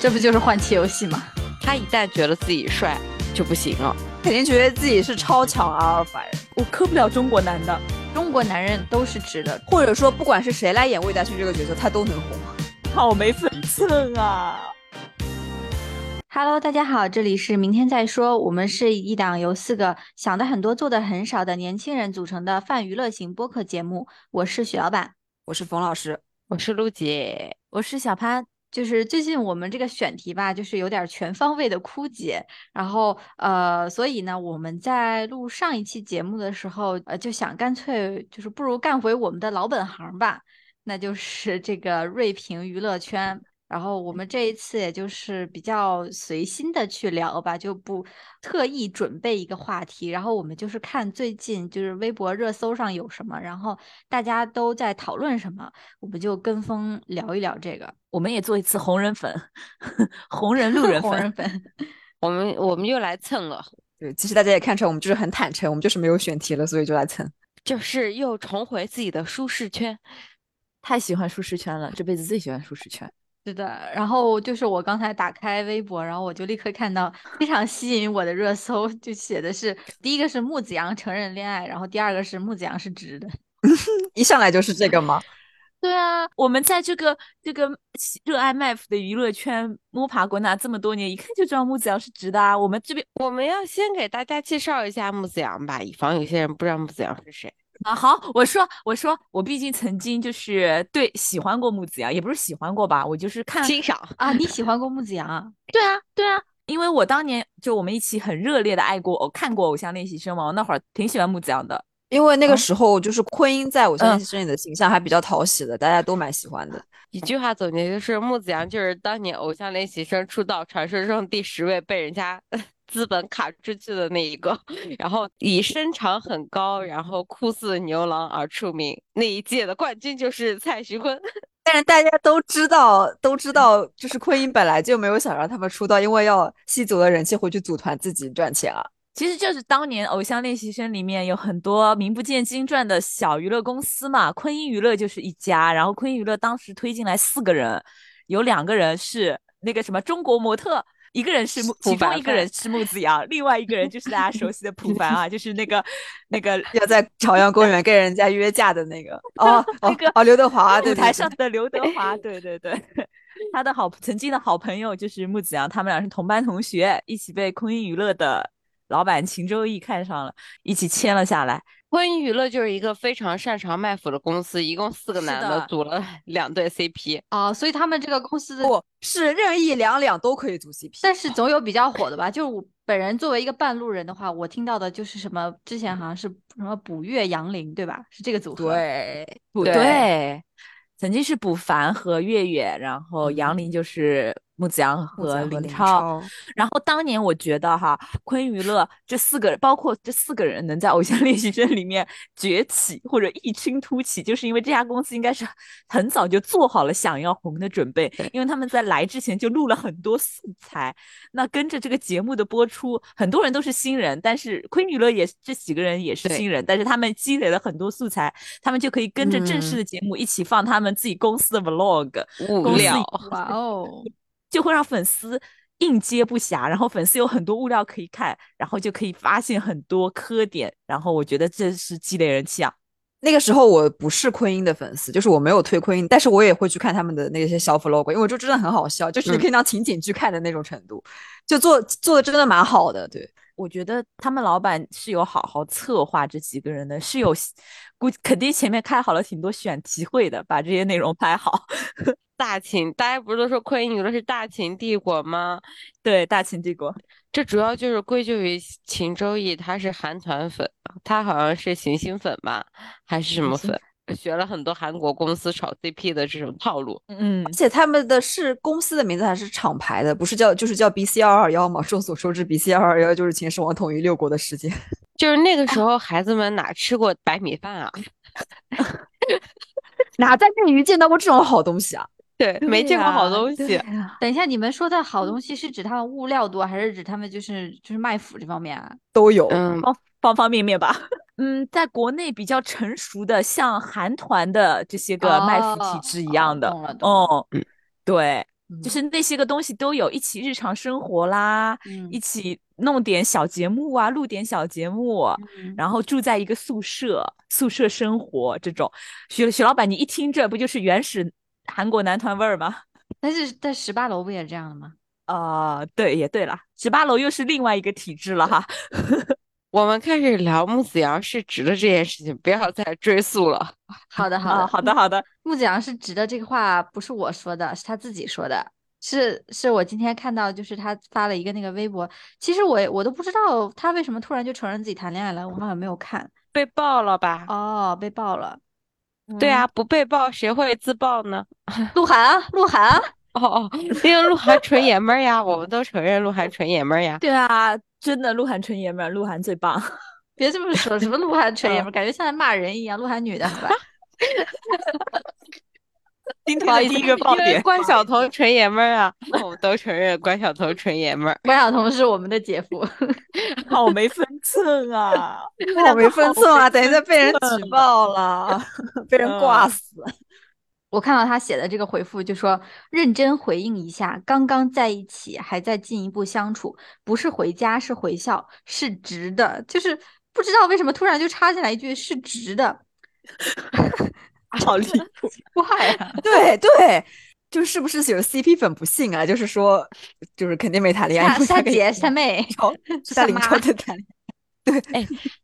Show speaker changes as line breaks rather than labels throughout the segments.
这不就是换气游戏吗？
他一旦觉得自己帅就不行了，
肯定觉得自己是超强阿尔法人。我磕不了中国男的，
中国男人都是直的，
或者说不管是谁来演魏大勋这个角色，他都能红。好没分寸啊！
Hello，大家好，这里是明天再说。我们是一档由四个想的很多、做的很少的年轻人组成的泛娱乐型播客节目。我是许老板，
我是冯老师，
我是陆姐，
我是小潘。
就是最近我们这个选题吧，就是有点全方位的枯竭。然后呃，所以呢，我们在录上一期节目的时候，呃，就想干脆就是不如干回我们的老本行吧，那就是这个瑞平娱乐圈。然后我们这一次也就是比较随心的去聊吧，就不特意准备一个话题。然后我们就是看最近就是微博热搜上有什么，然后大家都在讨论什么，我们就跟风聊一聊这个。
我们也做一次红人粉， 红人 路人
红人粉。
我们我们又来蹭了，
对，其实大家也看出来，我们就是很坦诚，我们就是没有选题了，所以就来蹭，
就是又重回自己的舒适圈。
太喜欢舒适圈了，这辈子最喜欢舒适圈。
是的，然后就是我刚才打开微博，然后我就立刻看到非常吸引我的热搜，就写的是第一个是木子洋承认恋爱，然后第二个是木子洋是直的，
一上来就是这个吗？
对啊，我们在这个这个热爱 MF 的娱乐圈摸爬滚打这么多年，一看就知道木子洋是直的啊。我们这边
我们要先给大家介绍一下木子洋吧，以防有些人不知道木子洋是谁。
啊，好，我说，我说，我毕竟曾经就是对喜欢过木子洋，也不是喜欢过吧，我就是看
欣赏
啊。你喜欢过木子洋啊？
对啊，对啊，因为我当年就我们一起很热烈的爱过，我看过《偶像练习生》嘛，我那会儿挺喜欢木子洋的，
因为那个时候就是昆英在《偶像练习生》里的形象还比较讨喜的，嗯、大家都蛮喜欢的。
一句话总结就是，木子洋就是当年《偶像练习生》出道传说中第十位被人家 资本卡出去的那一个， 然后以身长很高，然后酷似牛郎而出名。那一届的冠军就是蔡徐坤。
但是大家都知道，都知道，就是昆英本来就没有想让他们出道，因为要吸走了人气回去组团自己赚钱啊。
其实就是当年《偶像练习生》里面有很多名不见经传的小娱乐公司嘛，昆英娱乐就是一家。然后昆英娱乐当时推进来四个人，有两个人是那个什么中国模特。一个人是木，其中一个人是木子洋，另外一个人就是大家熟悉的朴凡啊，就是那个那 个
要在朝阳公园跟人家约架的那 个哦，
那个
哦刘德华
舞台上的刘德华，对对对， 他的好曾经的好朋友就是木子洋，他们俩是同班同学，一起被空音娱乐的老板秦周易看上了，一起签了下来。
婚姻娱乐就是一个非常擅长卖腐的公司，一共四个男的组了 两对 CP
啊、哦，所以他们这个公司
不是任意两两都可以组 CP，
但是总有比较火的吧？就是我本人作为一个半路人的话，我听到的就是什么之前好像是什么补月杨林对吧？是这个组合
对
补对，曾经是补凡和月月，然后杨林就是嗯木子洋和林超，然后当年我觉得哈，昆娱乐这四个人，包括这四个人能在《偶像练习生》里面崛起或者异军突起，就是因为这家公司应该是很早就做好了想要红的准备，因为他们在来之前就录了很多素材。那跟着这个节目的播出，很多人都是新人，但是昆娱乐也这几个人也是新人，但是他们积累了很多素材，他们就可以跟着正式的节目一起放他们自己公司的 vlog，
物料，
哇 哦。
就会让粉丝应接不暇，然后粉丝有很多物料可以看，然后就可以发现很多磕点，然后我觉得这是积累人气啊。
那个时候我不是昆音的粉丝，就是我没有推昆音，但是我也会去看他们的那些小 vlog，因为我就真的很好笑，就是你可以当情景剧看的那种程度，嗯、就做做的真的蛮好的。对，
我觉得他们老板是有好好策划这几个人的，是有估肯定前面开好了挺多选题会的，把这些内容拍好。
大秦，大家不是都说昆音娱乐是大秦帝国吗？
对，大秦帝国，
这主要就是归咎于秦周易，他是韩团粉，他好像是行星粉吧，还是什么粉？学了很多韩国公司炒 CP 的这种套路。
嗯，
而且他们的是公司的名字还是厂牌的，不是叫就是叫 BC 二二幺嘛？众所周知，BC 二二幺就是秦始皇统一六国的事件。
就是那个时候，孩子们哪吃过白米饭啊？
哪在内娱见到过这种好东西啊？
对，没见过好东西。
啊、等一下，你们说的好东西是指他们物料多，还是指他们就是就是卖腐这方面啊？
都有，
嗯，
方方方面面吧。嗯，在国内比较成熟的，像韩团的这些个卖腐体制一样的，
哦，
嗯，对。就是那些个东西都有，一起日常生活啦，
嗯
一起弄点小节目啊，录点小节目，
嗯
然后住在一个宿舍，宿舍生活这种。许许老板，你一听这不就是原始韩国男团味儿吗？
但是在十八楼不也这样的吗？
啊、对，也对了，十八楼又是另外一个体制了哈。
我们开始聊木子瑶是直的这件事情，不要再追溯了。
好的，好
啊、
的，
好的，好的，
木子阳是直的，这个话不是我说的，是他自己说的，是是我今天看到，就是他发了一个那个微博，其实我也我都不知道他为什么突然就承认自己谈恋爱了，我好像没有看。
被爆了吧？
哦，被爆了。
对啊，不被爆谁会自爆呢？
嗯，鹿晗啊，鹿晗啊，
哦哦， 因为鹿晗纯爷们儿呀，我们都承认鹿晗纯爷们儿呀。
对啊，真的，鹿晗纯爷们儿，鹿晗最棒。
别这么说，什么鹿晗
嗯
纯爷们儿，感觉像在骂人一样。鹿晗女的，好吧？
今天
不好
的
意
第
思，
一个爆
啊因为
点，
关晓彤纯爷们儿啊， 我们都承认关晓彤纯爷们儿。
关晓彤 是我们的姐夫。
好没分寸啊！
好没分寸啊！等一下被人举报了，被人挂
嗯
死。
我看到他写的这个回复，就说认真回应一下，刚刚在一起，还在进一步相处，不是回家，是回校，是直的，就是不知道为什么突然就插进来一句是直的，
好离谱。
怪啊！
对对，就是不是有 CP 粉不信啊？就是说，就是肯定没谈恋爱，因
大
为
三
跟
姐、
林
三妹，
超是在
三
林
妈
超在谈恋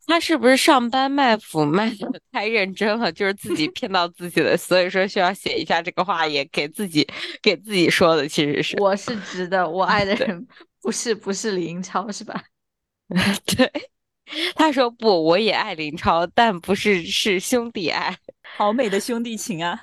他是不是上班卖腐卖的太认真了，就是自己骗到自己了，所以说需要写一下这个话，也给自己给自己说的，其实是
我是直的，我爱的人不是不是李英超是吧？
对。他说不，我也爱林超，但不是是兄弟爱。
好美的兄弟情啊！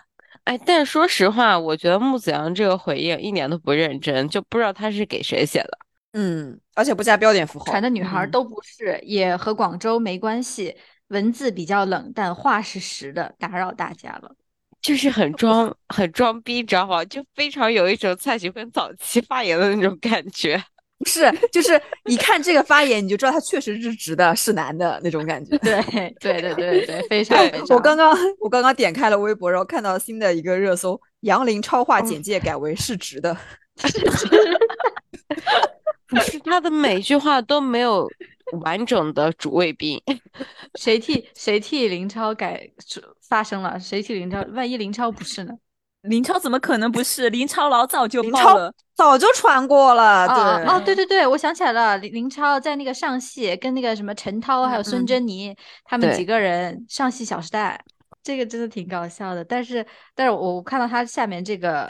哎，但是说实话，我觉得木子洋这个回应一点都不认真，就不知道他是给谁写的。
爱，嗯，而且不加标点符号
传。的女孩
嗯
都不是，也和广州没关系，文字比较冷淡，话是实的，打扰大家了。
就是很装，很装逼，你知道吗？就非常有一种蔡徐坤早期发言的那种感觉。
不是，就是一看这个发言，你就知道他确实是直的，是男的那种 感觉。
对对对对对，非 常非常。
我刚刚我刚刚点开了微博，然后看到新的一个热搜：杨林超话简介改为是直的。
不是他的每句话都没有完整的主谓宾，
谁替谁替林超改发声了？谁替林超？万一林超不是呢？
林超怎么可能不是？林超老早就
林
爆
超
了，
早就传过了，
啊
对，
哦，对对对，我想起来了，林林超在那个上戏跟那个什么陈涛还有孙珍妮、他们
对
几个人上戏《小时代》，这个真的挺搞笑的。但是，但是我我看到他下面这个，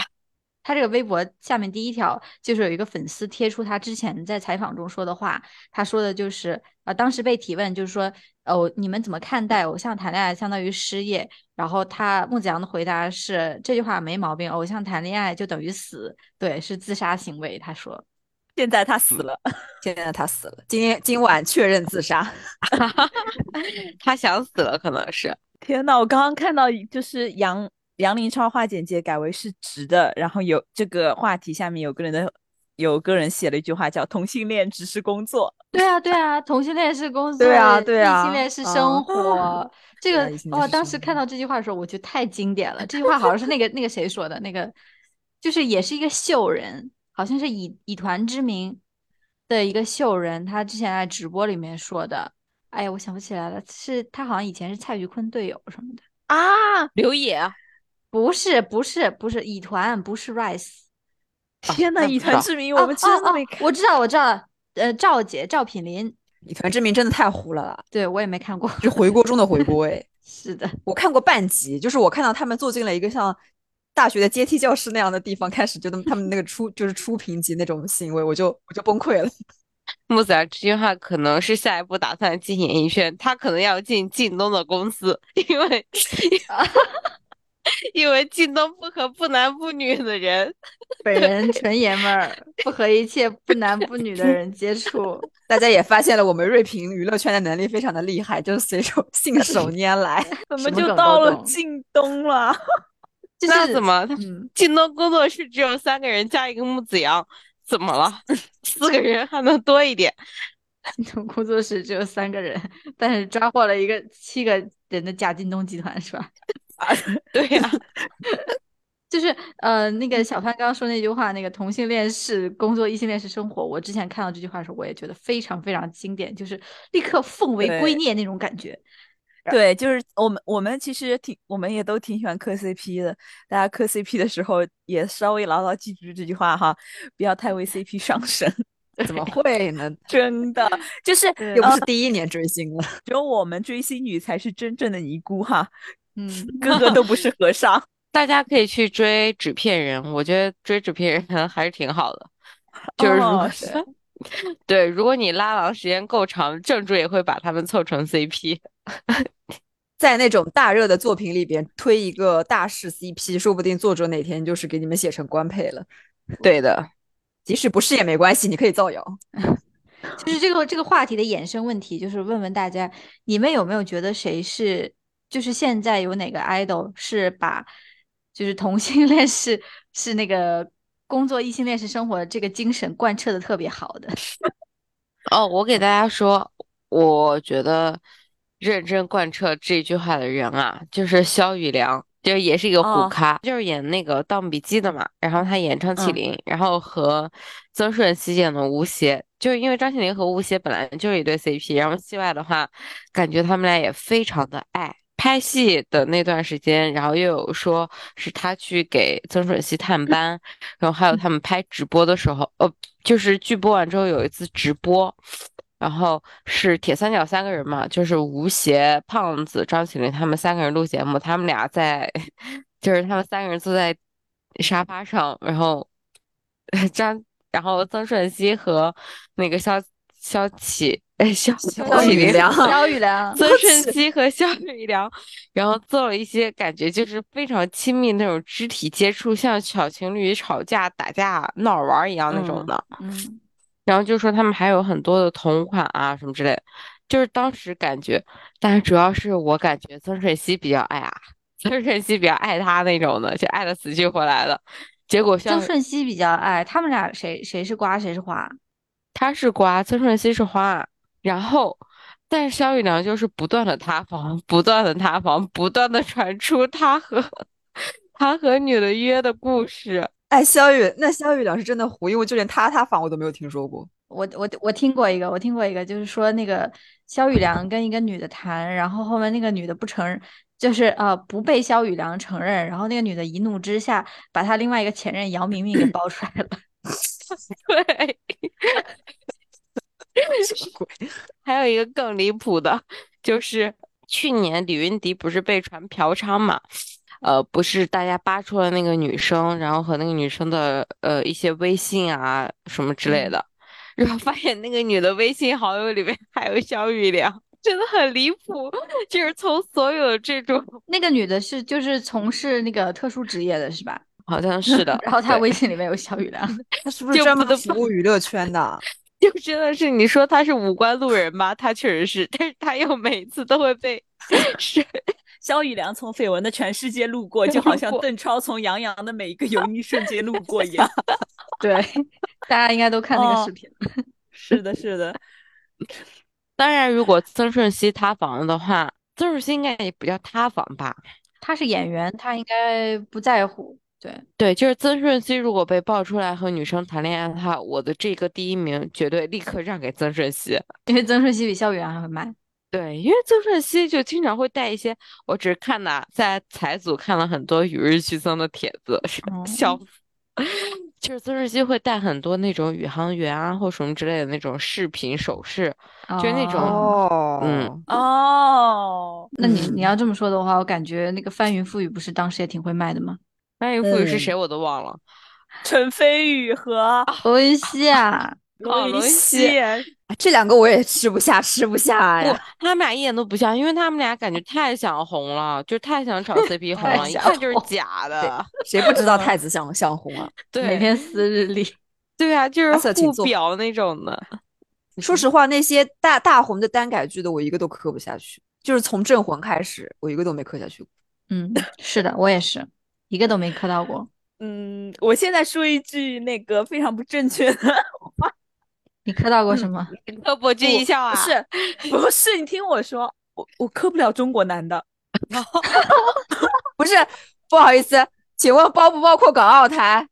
他这个微博下面第一条就是有一个粉丝贴出他之前在采访中说的话，他说的就是呃，当时被提问就是说，哦，你们怎么看待偶像谈恋爱相当于失业？然后他孟子阳的回答是这句话没毛病，偶像谈恋爱就等于死，对，是自杀行为。他说。
现在他死了，
现在他死了，今天今晚确认自杀。
他想死了，可能是。
天呐，我刚刚看到一就是杨杨林超话简介改为是直的，然后有这个话题下面有个人的有个人写了一句话叫“同性恋只是工作
对啊，对啊，同性恋是工作，
对啊对
异
啊
性恋是
啊
生活。这
对啊
个
异性恋
哇，
是
当
生
时
活
看到这句话的时候，我觉得太经典了。这句话好 像是那个那个谁说的，那个就是也是一个秀人，好像是以以团之名的一个秀人，他之前在直播里面说的。哎呀，我想不起来了，是他好像以前是蔡徐坤队友什么的，”
啊，刘野，
不是不是不是以团，不是 Rise。”。
天呐，
那
以
不知
团
道
之名，
哦
我们真
哦
的
哦
没看。
我知道我知道了，呃，赵姐赵品林，
以团之名真的太糊了啦，
对我也没看过。
就是回锅中的回锅哎。
是的，
我看过半集，就是我看到他们坐进了一个像大学的阶梯教室那样的地方，开始就他们他们那个出就是出评级那种行为，我就我就崩溃了。
木子儿这句话可能是下一步打算进演艺圈，他可能要进靳东的公司，因为 因为靳东不和不男不女的人，
本人纯爷们儿，不和一切不男不女的人接 触。
大家也发现了我们瑞平娱乐圈的能力非常的厉害，就是随手信手拈来。
怎么
什么
就
梗
到
都
了
懂
靳东了？
就是
那怎？么？他
嗯，
靳东工作室只有三个人加一个木子洋，怎么了？ 四个人还能多一点？
靳东工作室只有三个人，但是抓获了一个七个人的假靳东集团，是吧？
对呀、
就是呃，那个小潘刚刚说那句话，那个同性恋是工作，异性恋是生活。我之前看到这句话的时候，我也觉得非常非常经典，就是立刻奉为圭臬那种感觉。
对，就是我们我们其实挺，我们也都挺喜欢磕 CP 的。大家磕 CP 的时候，也稍微牢牢记住这句话哈，不要太为 CP 上身。
怎么会呢？
真的就是
又不是第一年追星了，
只有我们追星女才是真正的尼姑哈，
嗯，
个 个都不是和尚。
大家可以去追纸片人，我觉得追纸片人还是挺好的。就是如果是、
哦、
对，如果你拉郎时间够长，正主也会把他们凑成 CP。
在那种大热的作品里边推一个大势 CP，说不定作者哪天就是给你们写成官配了。
对的，
即使不是也没关系，你可以造谣。
就是这个这个话题的衍生问题，就是问问大家，你们有没有觉得谁是，就是现在有哪个 idol 是把。就是同性恋是是那个工作，异性恋是生活，这个精神贯彻的特别好的。
哦，我给大家说，我觉得认真贯彻这句话的人啊，就是肖宇良，就也是一个虎咖，
哦、
就是演那个《盗墓笔记》的嘛。然后他演张起灵，
嗯、
然后和曾舜晞演的吴邪，就是因为张起灵和吴邪本来就是一对 CP，然后戏外的话，感觉他们俩也非常的爱。拍戏的那段时间，然后又有说是他去给曾舜晞探班，然后还有他们拍直播的时候，哦，就是剧播完之后有一次直播，然后是铁三角三个人嘛，就是吴邪、胖子、张起灵他们三个人录节目，他们俩在，就是他们三个人坐在沙发上，然后张，然后曾舜晞和那个肖肖启。哎，肖
肖
宇
良，
肖宇 良，
曾舜晞和肖宇良，然后做了一些感觉就是非常亲密那种肢体接触，像小情侣吵架、打架、闹玩一样那种的。
嗯，嗯
然后就说他们还有很多的同款啊什么之类的，就是当时感觉，但是主要是我感觉曾舜晞比较爱啊，曾舜晞比较爱他那种的，就爱的死去活来的。结果
曾舜晞比较爱他们俩谁，谁谁是瓜，谁是花？
他是瓜，曾舜晞是花，然后。但是肖宇良就是不断的塌房，不断的塌房，不断的传出他和他和女的约的故事。
哎，肖宇，那肖宇良是真的糊，因为就连他塌房我都没有听说过。
我我我听过一个，我听过一个，就是说那个肖宇良跟一个女的谈，然后后面那个女的不承认，就是呃不被肖宇良承认，然后那个女的一怒之下把他另外一个前任姚明 明给爆出来了。
对。
什么鬼？
还有一个更离谱的，就是去年李云迪不是被传嫖娼嘛？呃，不是大家扒出了那个女生，然后和那个女生的呃一些微信啊什么之类的，然后发现那个女的微信好友里面还有肖玉良， 真的很离谱。就是从所有这种，
那个女的是就是从事那个特殊职业的是吧？
好像是的。
然后她微信里面有肖玉良，
她是不是专门服务娱乐圈的？
就真的是你说他是五官路人吧，他确实是，但是他又每次都会被是
肖宇良从绯闻的全世界路过，就好像邓超从杨洋的每一个油腻瞬 间路过一
啊
样。
对， 大家应该都看那个视频。
哦、是的，是 的。
当然，如果曾舜晞塌房的话，曾舜晞应该也不叫塌房吧？
他是演员，他应该不在乎。对
对，就是曾舜晞如果被爆出来和女生谈恋爱的话，我的这个第一名绝对立刻让给曾舜晞，
因为曾舜晞比肖宇良还会卖。
对，因为曾舜晞就经常会带一些，我只是看呐，在财组看了很多与日俱增的帖子，笑死、 嗯。就是曾舜晞会带很多那种宇航员啊或什么之类的那种饰品首饰，
哦、
就是那种，
哦、
嗯，
哦，
那你你要这么说的话，我感觉那个翻云覆雨不是当时也挺会卖的吗？
翻云覆雨是谁我都忘了，
陈飞宇和
罗云熙啊，
罗
云熙，
啊这两个我也吃不下，吃不下呀。
他们俩一点都不像，因为他们俩感觉太想红了，就太想炒 CP 红了，一看就是假的。
谁不知 道太子想想红啊？
对，
每天撕日历。
对啊，就是互表那种的。
说实话，那些大大红的单改剧的，我一个都磕不下去。就是从《镇魂》开始，我一个都没磕下去过。
嗯，是的，我也是。一个都没磕到过。
嗯，我现在说一句那个非常不正确的话。
你磕到过
嗯
什么？
刻薄君一笑啊？
不是，不是，你听我说，我我磕不了中国男的。
不是，不好意思，请问包不包括港澳台？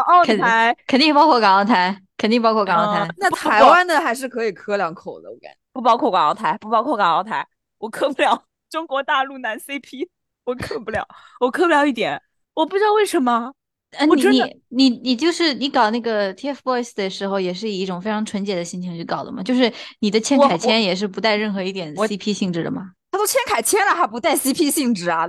哦
澳
肯
台
肯定包括港澳台，肯定包括港澳台。
嗯
那台湾的还是可以磕两口的，我感觉。
不包括港澳台，不包括港澳台，我磕不了 中国大陆男 CP，我磕不了，我磕不了一点，我不知道为什么。
呃，
我
你
真的
你你你就是你搞那个 TFBOYS 的时候，也是以一种非常纯洁的心情去搞的嘛？就是你的千
我
凯
我
千也是不带任何一点
我
CP 性质的 嘛？
他都签凯签了，还不带 CP 性质啊？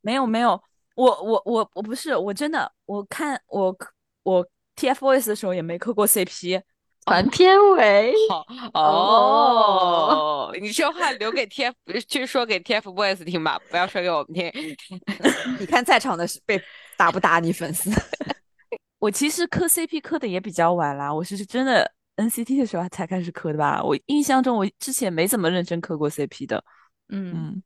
没有没有，我我我我不是，我真的，我看我磕我 TFBOYS 的时候也没磕过 CP，哦
团片尾，
好
哦
哦， 你这话留给 TF，去说给 TFBOYS 听吧，不要说给我们听。
你看在场的是被打不打你粉丝？
我其实磕 CP 磕的也比较晚啦，我是真的 NCT 的时候才开始磕的吧，我印象中我之前没怎么认真磕过 CP 的。
嗯，
嗯，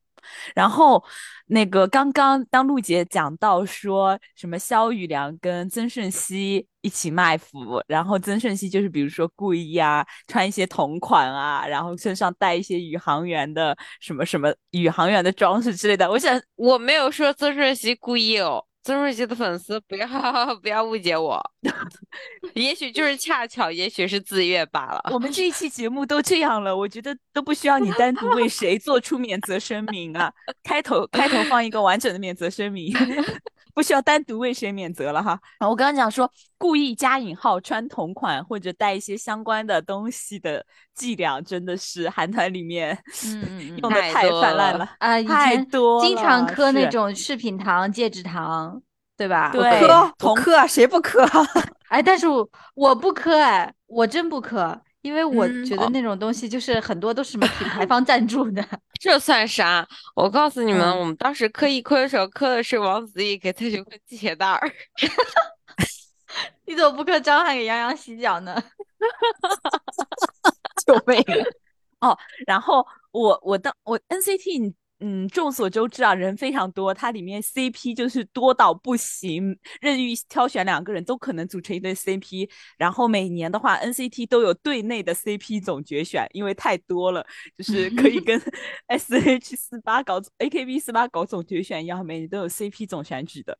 然后那个刚刚当陆姐讲到说什么萧雨良跟曾舜晞一起卖腐，然后曾舜晞就是比如说故意啊穿一些同款啊，然后身上带一些宇航员的什么什么宇航员的装饰之类的，我想
我没有说曾舜晞故意哦，曾舜晞的粉丝不要 不要误解我，也许就是恰巧，也许是自愿罢 了。
我们这一期节目都这样了，我觉得都不需要你单独为谁做出免责声明啊。开头开头放一个完整的免责声明， 不需要单独为谁免责了哈。啊我刚刚讲说故意加引号穿同款或者带一些相关的东西的伎俩，真的是韩团里面
嗯嗯嗯
用的
太
太
多
泛滥
了
了。
啊，以
太
前
多
经常
了
磕那
是
种饰品糖、戒指糖，对吧？
对
磕啊我
同
磕啊，谁不磕啊？
哎，但是我我不磕哎，我真不磕，因为我
嗯
觉得
哦
那种东西就是很多都是什么品 牌方赞助的。
这算啥？我告诉你们，
嗯
我们当时磕一坤的时候，磕的是王子异给蔡徐坤系鞋带儿。
你怎么不磕张翰给杨洋洗脚 呢？
救命！
然后我我当我 NCT 你嗯，众所周知啊，人非常多，它里面 CP 就是多到不行，任意挑选两个人都可能组成一对 CP。然后每年的话，NCT 都有队内的 CP 总决选，因为太多了，就是可 以跟 SH 四八搞 AKB 四八搞总决选一样，每年都有 CP 总选举的。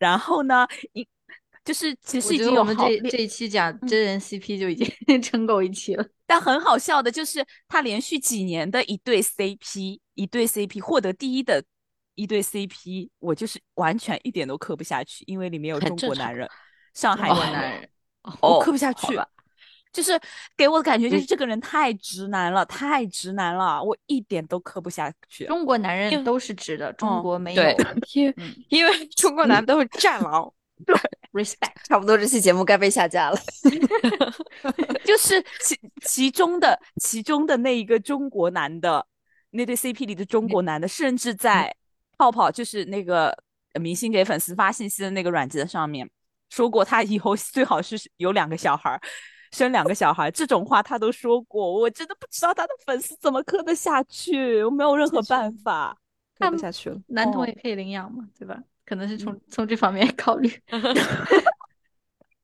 然后呢，一就是其
我
实已
觉
经
得我嗯
有
们
好
这
列
这一期讲真人 CP 就已经 撑够一期了。
但很好笑的就是，他连续几年的一对 CP，一对 CP 获得第一的一对 CP，我就是完全一点都磕不下去，因为里面有
很
中
正
国
常
男人、上海
国
人
男 人，
我
哦
磕不下
好
去
吧。
就是给我的感觉就
嗯
是这个人太直男了，太直男了，我一点都磕不下去。
中国男
因
人
为
都是直的，
嗯
中国没有
对，因
嗯
因为中国男都是战狼。
respect。
差不多这期节目该被下架了。
就是其其中的其中的那一个中国男的那对 CP 里的中国男的，甚至在泡泡就是那个呃明星给粉丝发信息的那个软件上面说过，他以后 最好是有两个小孩儿，生两个小孩儿这种话他都说过，我真的不知道他的粉丝怎么磕得下去，我没有任何办法。
看不下去 了，
男童
哦
也可以领养嘛，对吧？可能是从从这方 面考虑，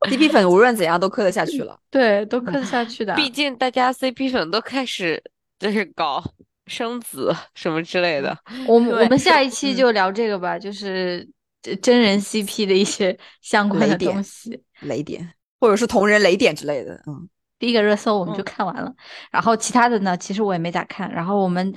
CP 粉无论怎样都磕得下去了。
对，都磕得下去的。
毕竟大家 CP 粉都开始就是搞生子什么之类的，
我们我
对
们下一期
嗯
就聊这个吧，就是这真人 CP 的一些相关
雷
的
点
东西。
雷点，或者是同人雷点之类的。嗯，
第一个热搜我们就
嗯
看完了，然后其他的呢，其实我也没咋看。然后我们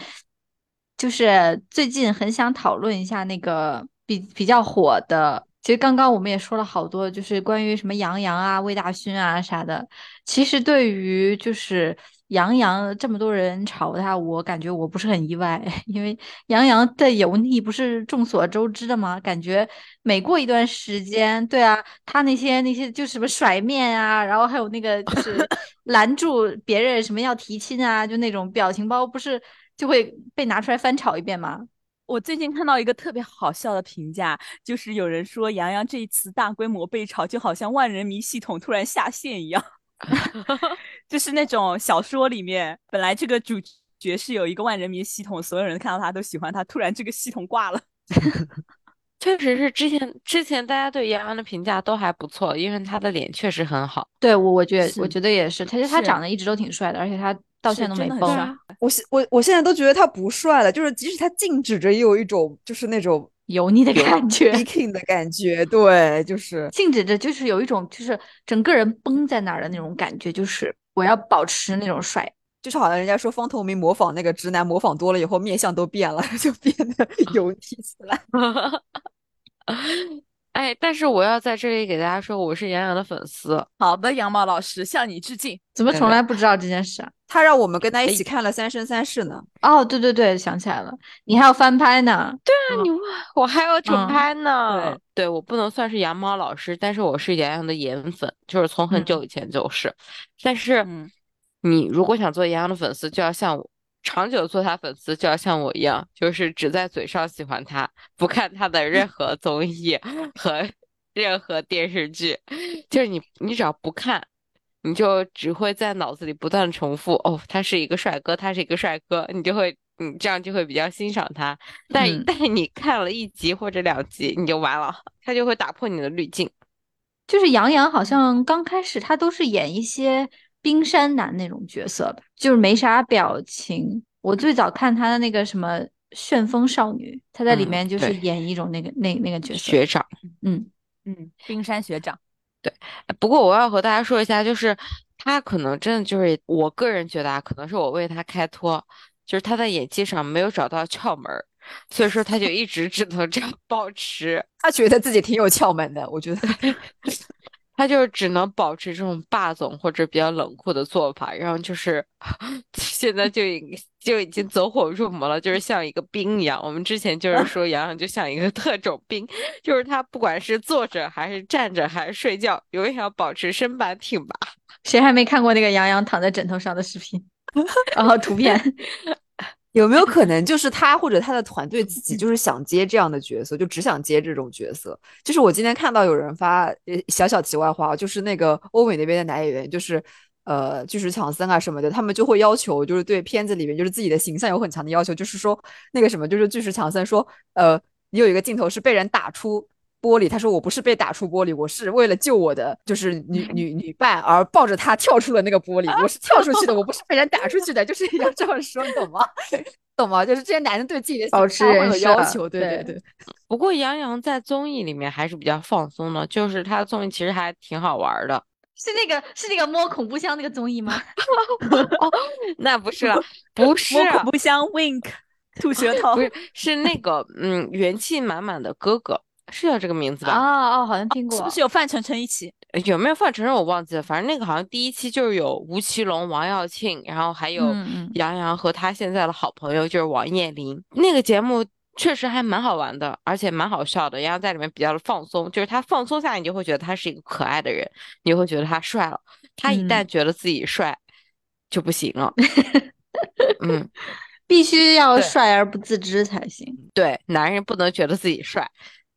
就是最近很想讨论一下那个比比较火的，其实刚刚我们也说了好多，就是关于什么杨洋啊、魏大勋啊啥的。其实对于就是杨洋这么多人炒他，我感觉我不是很意外， 因为杨洋的油腻不是众所周知的吗？感觉每过一段时间，对啊，他那些那些就什么甩面啊，然后还有那个 就是拦住别人什么要提亲啊，就那种表情包，不是就会被拿出来翻炒一遍吗？
我最近看到一个特别好笑的评价，就是有人说杨洋这一次大规模被炒，就好像万人迷系统突然下线一样， 就是那种小说里面本来这个主角是有一个万人迷系统，所有人看到他都喜欢他，突然这个系统挂了。
确实是之前之前大家对杨洋的评价都还不错，因为他的脸确实很好。
对我，我觉
是
我觉得也是，他其实他
是
长得一直都挺帅的，而且他到
是
现在都
真
没
的很
崩。
帅
我现我我现在都觉得他不帅了，就是即使他静止着，也有一种就是那种
油腻的感觉
，king 的感觉，对，就是
静止着，就是有一种就是整个人绷在那儿的那种感觉，就是我要保持那种帅。
就是好像人家说方头明模仿那个直男，模仿多了以后面相都变了， 就变 得油腻起来。
哎，但是我要在这里给大家说，我是杨洋的粉丝。
好的，羊毛老师向你致敬。
怎么
对
从
的
来不知道这件事啊？
他让我们跟他一起看了《三生三世》呢，
哦，对对对，想起来了，你还要翻拍呢。
那你问我还要重
嗯
拍呢。对，我不能算是羊毛老师，但是我是杨洋的颜粉，就是从很久以前就是。但是
嗯，
你如果想做杨洋的粉丝，就要像我长久做他粉丝，就要像我一样，就是只在嘴上喜欢他，不看他的任何综艺和 任何电视剧。就是你，你只要不看，你就只会在脑子里不断重复哦，他是一个帅哥，他是一个帅哥，你就会，你这样就会比较欣赏他。但
嗯
但你看了一集或者两集，你就完了，他就会打破你的滤镜。
就是杨洋好像刚开始他都是演一些冰山男那种角色吧，就是没啥表情。我最早看他的那个什么《旋风少女》，他在里
嗯
面就是
对
演一种那个、那那个角色。
学长。
嗯，
嗯，冰山学 长，
不过我要和大家说一下，就是他可能真的就是我个人觉得啊，可能是我为他开脱，就是他在演技上没有找到窍门儿，所以说他就一直只能这样保持，
他觉得自己挺有窍门的，我觉得
他就只能保持这种霸总或者比较冷酷的做法，然后就是 现在就已就已经走火入魔了，就是像一个兵一样。我们之前 就是说杨洋就像一个特种兵，就是他不管是坐着还是站着还是睡觉，永远要保持身板挺拔。
谁还没看过那个杨洋躺在枕头上的视频？ 然后图片，
有没有可能就是他或者他的团队自己就是想接这样的角色，就只想接这种角色。就是我今天看到有人发呃小小题外话，就是那个欧美那边的男演员，就是呃巨石强森啊什么的，他们就会要求就是对片子里面就是自己的形象有很强的要求，就是说那个什么，就是巨石强森说，呃，你有一个镜头是被人打出。玻璃，他说我不是被打出玻璃，我是为了救我的就是女女女伴而抱着她跳出了那个玻璃，我是跳出去的，我不是被人打出去的，就是要这样说，你懂吗？ 懂吗？就是这些男的对自己的
保
形
持
象会有
人设
要求，对
对
对，
不过杨洋在综艺里面还是比较放松的，就是他的综艺其实还挺好玩儿的。
是那个是那个摸恐怖箱那个综艺 吗？
那不是了，不是
摸
啊，
恐怖箱 wink 吐舌头
不，是是那个嗯，元气满满的哥哥是叫这个名字吧？
哦哦，好像听过。
是不是有范丞丞一起？
呃有没有范丞丞我忘记了，反正那个好像第一期就是有吴奇隆、王耀庆，然后还有
嗯嗯
杨洋和他现在的好朋友就是王彦霖。那个节目确实还蛮好玩的，而且蛮好笑的。杨洋在里面比较的放松，就是他放松下来，你就会觉得他是一个可爱的人，你会觉得他帅了。他一旦
嗯
觉得自己帅，就不行 了。嗯，
必须要
对
帅而不自知才
嗯
行。
对，男人不能觉得自己帅。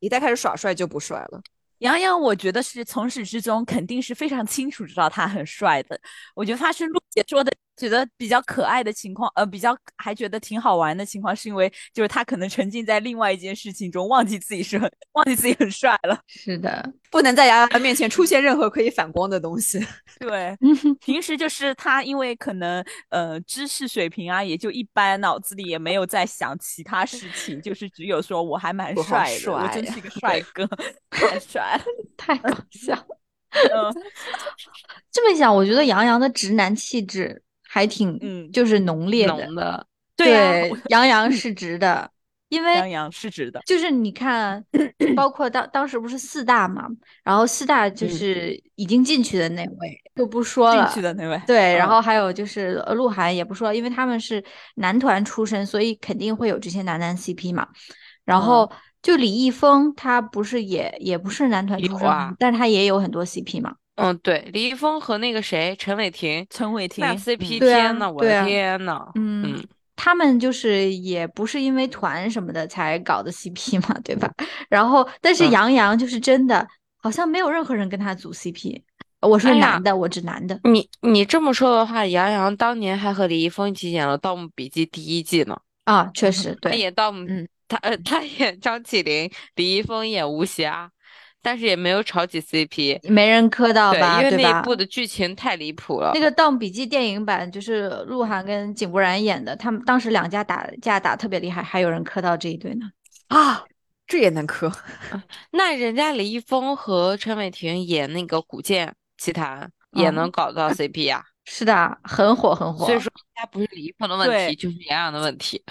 一旦开始耍帅就不帅了。
杨洋，我觉得是从始至终肯定是非常清楚知道他很帅的。我觉得他是陆姐说的，觉得比较可爱的情况，呃，比较还觉得挺好玩的情况，是因为就是他可能沉浸在另外一件事情中，忘记自己是很忘记自己很帅了。
是的，
不能在洋洋面前出现任何可以反光的东西。
对，
嗯哼
平时就是他，因为可能呃知识水平啊也就一般，脑子里也没有在想其他事情，就是只有说我还蛮
我好
帅的，我真
帅
是一个帅哥， 太帅了。
太搞笑了。
嗯
呃这么想，我觉得杨洋的直男气质还挺，
嗯
就是浓烈的。
浓的，
对呀我
杨洋是直 的，因为
杨洋是直的
就是你看，包括当当时不是四大嘛，然后四大就
嗯
是已经进去的那位就不说了
进去。的那位，
对，然
嗯
后还有就是呃鹿晗也不说了，因为他们是男团出身，所以肯定会有这些男男 CP 嘛。然后
嗯
就李易峰，他不是也也不是男团
有
出身吗，
啊
但他也有很多 CP 嘛。
嗯，对，李易峰和那个谁，陈 伟霆，
陈伟霆嗯
那 CP，
对啊
天呐，我
对啊
的天呐，
嗯
嗯，
他们就是也不是因为团什么的才搞的 CP 嘛，对吧？ 然后，但是
嗯
杨洋就是真的，好像没有任何人跟他组 CP。我是
哎呀
男的，我指男的。
你你这么说的话，杨洋当年还和李易峰一起演了《盗墓笔记》第一季呢。
啊，
嗯
确实
他
对，
演盗墓
嗯，
他 呃他演张起灵，李易峰演吴邪，啊但是也没有炒起 CP。
没人磕到
对，
吧，
因为
对
那
吧
一？部的剧情太离谱了
那。个《盗墓笔记》电影版就是鹿晗跟井柏然演的，他们当时两家打架打得特别厉害，还有人磕到这一对呢。
啊，
这也能磕？
那人家李易峰和陈伟霆演那个《古剑奇谭》也能搞到 CP 呀、
是的，很火很火。
嗯 所以说，应该不是李易峰的问
对
题，就是杨洋的问题。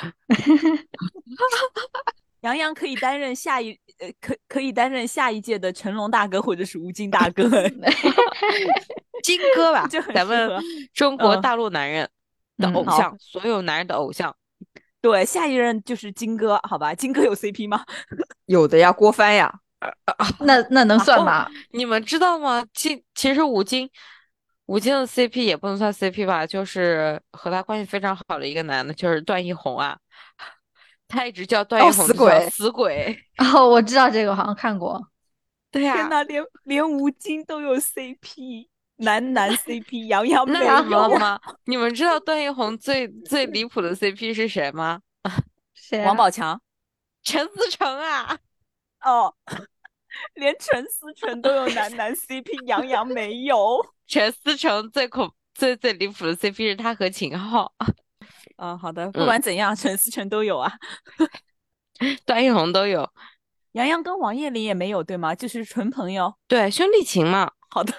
杨洋可以担任下一呃，可可以担任下一届的成龙大哥或者是吴京大 哥，
金哥 吧
就，很
咱
适
们
合
中国
嗯
大陆男人的
嗯
偶
好
像，所有男人的偶像。
对，下一任就是金哥，好吧？金哥有 CP 吗？
有的呀，郭帆呀，
那那能算吗？
你们知道吗？其其实吴京，吴京的 CP 也不能算 CP 吧，就是和他关系非常好的一个男的，就是段奕宏啊。 他一直叫段
哦
奕宏就
死
叫
鬼
死鬼。
哦，我知道这个，我好像看过。
对呀、
天呐，连连吴京都有 CP，男 男 CP，杨洋
那
没
你们知道
有。啊
吗？你们知道段奕宏最最离谱的 CP 是谁吗？
谁、啊？
王宝强
陈思诚啊！
哦， 连陈思诚都有男男 CP，杨洋没有。
陈思诚最恐最最离谱的 CP 是他和秦昊。
啊，好的，不
嗯
管怎样，陈思诚都有啊。
段奕宏都有，
杨洋跟王彦霖也没有，对吗？就是纯朋友。
对，兄弟情嘛。
好的，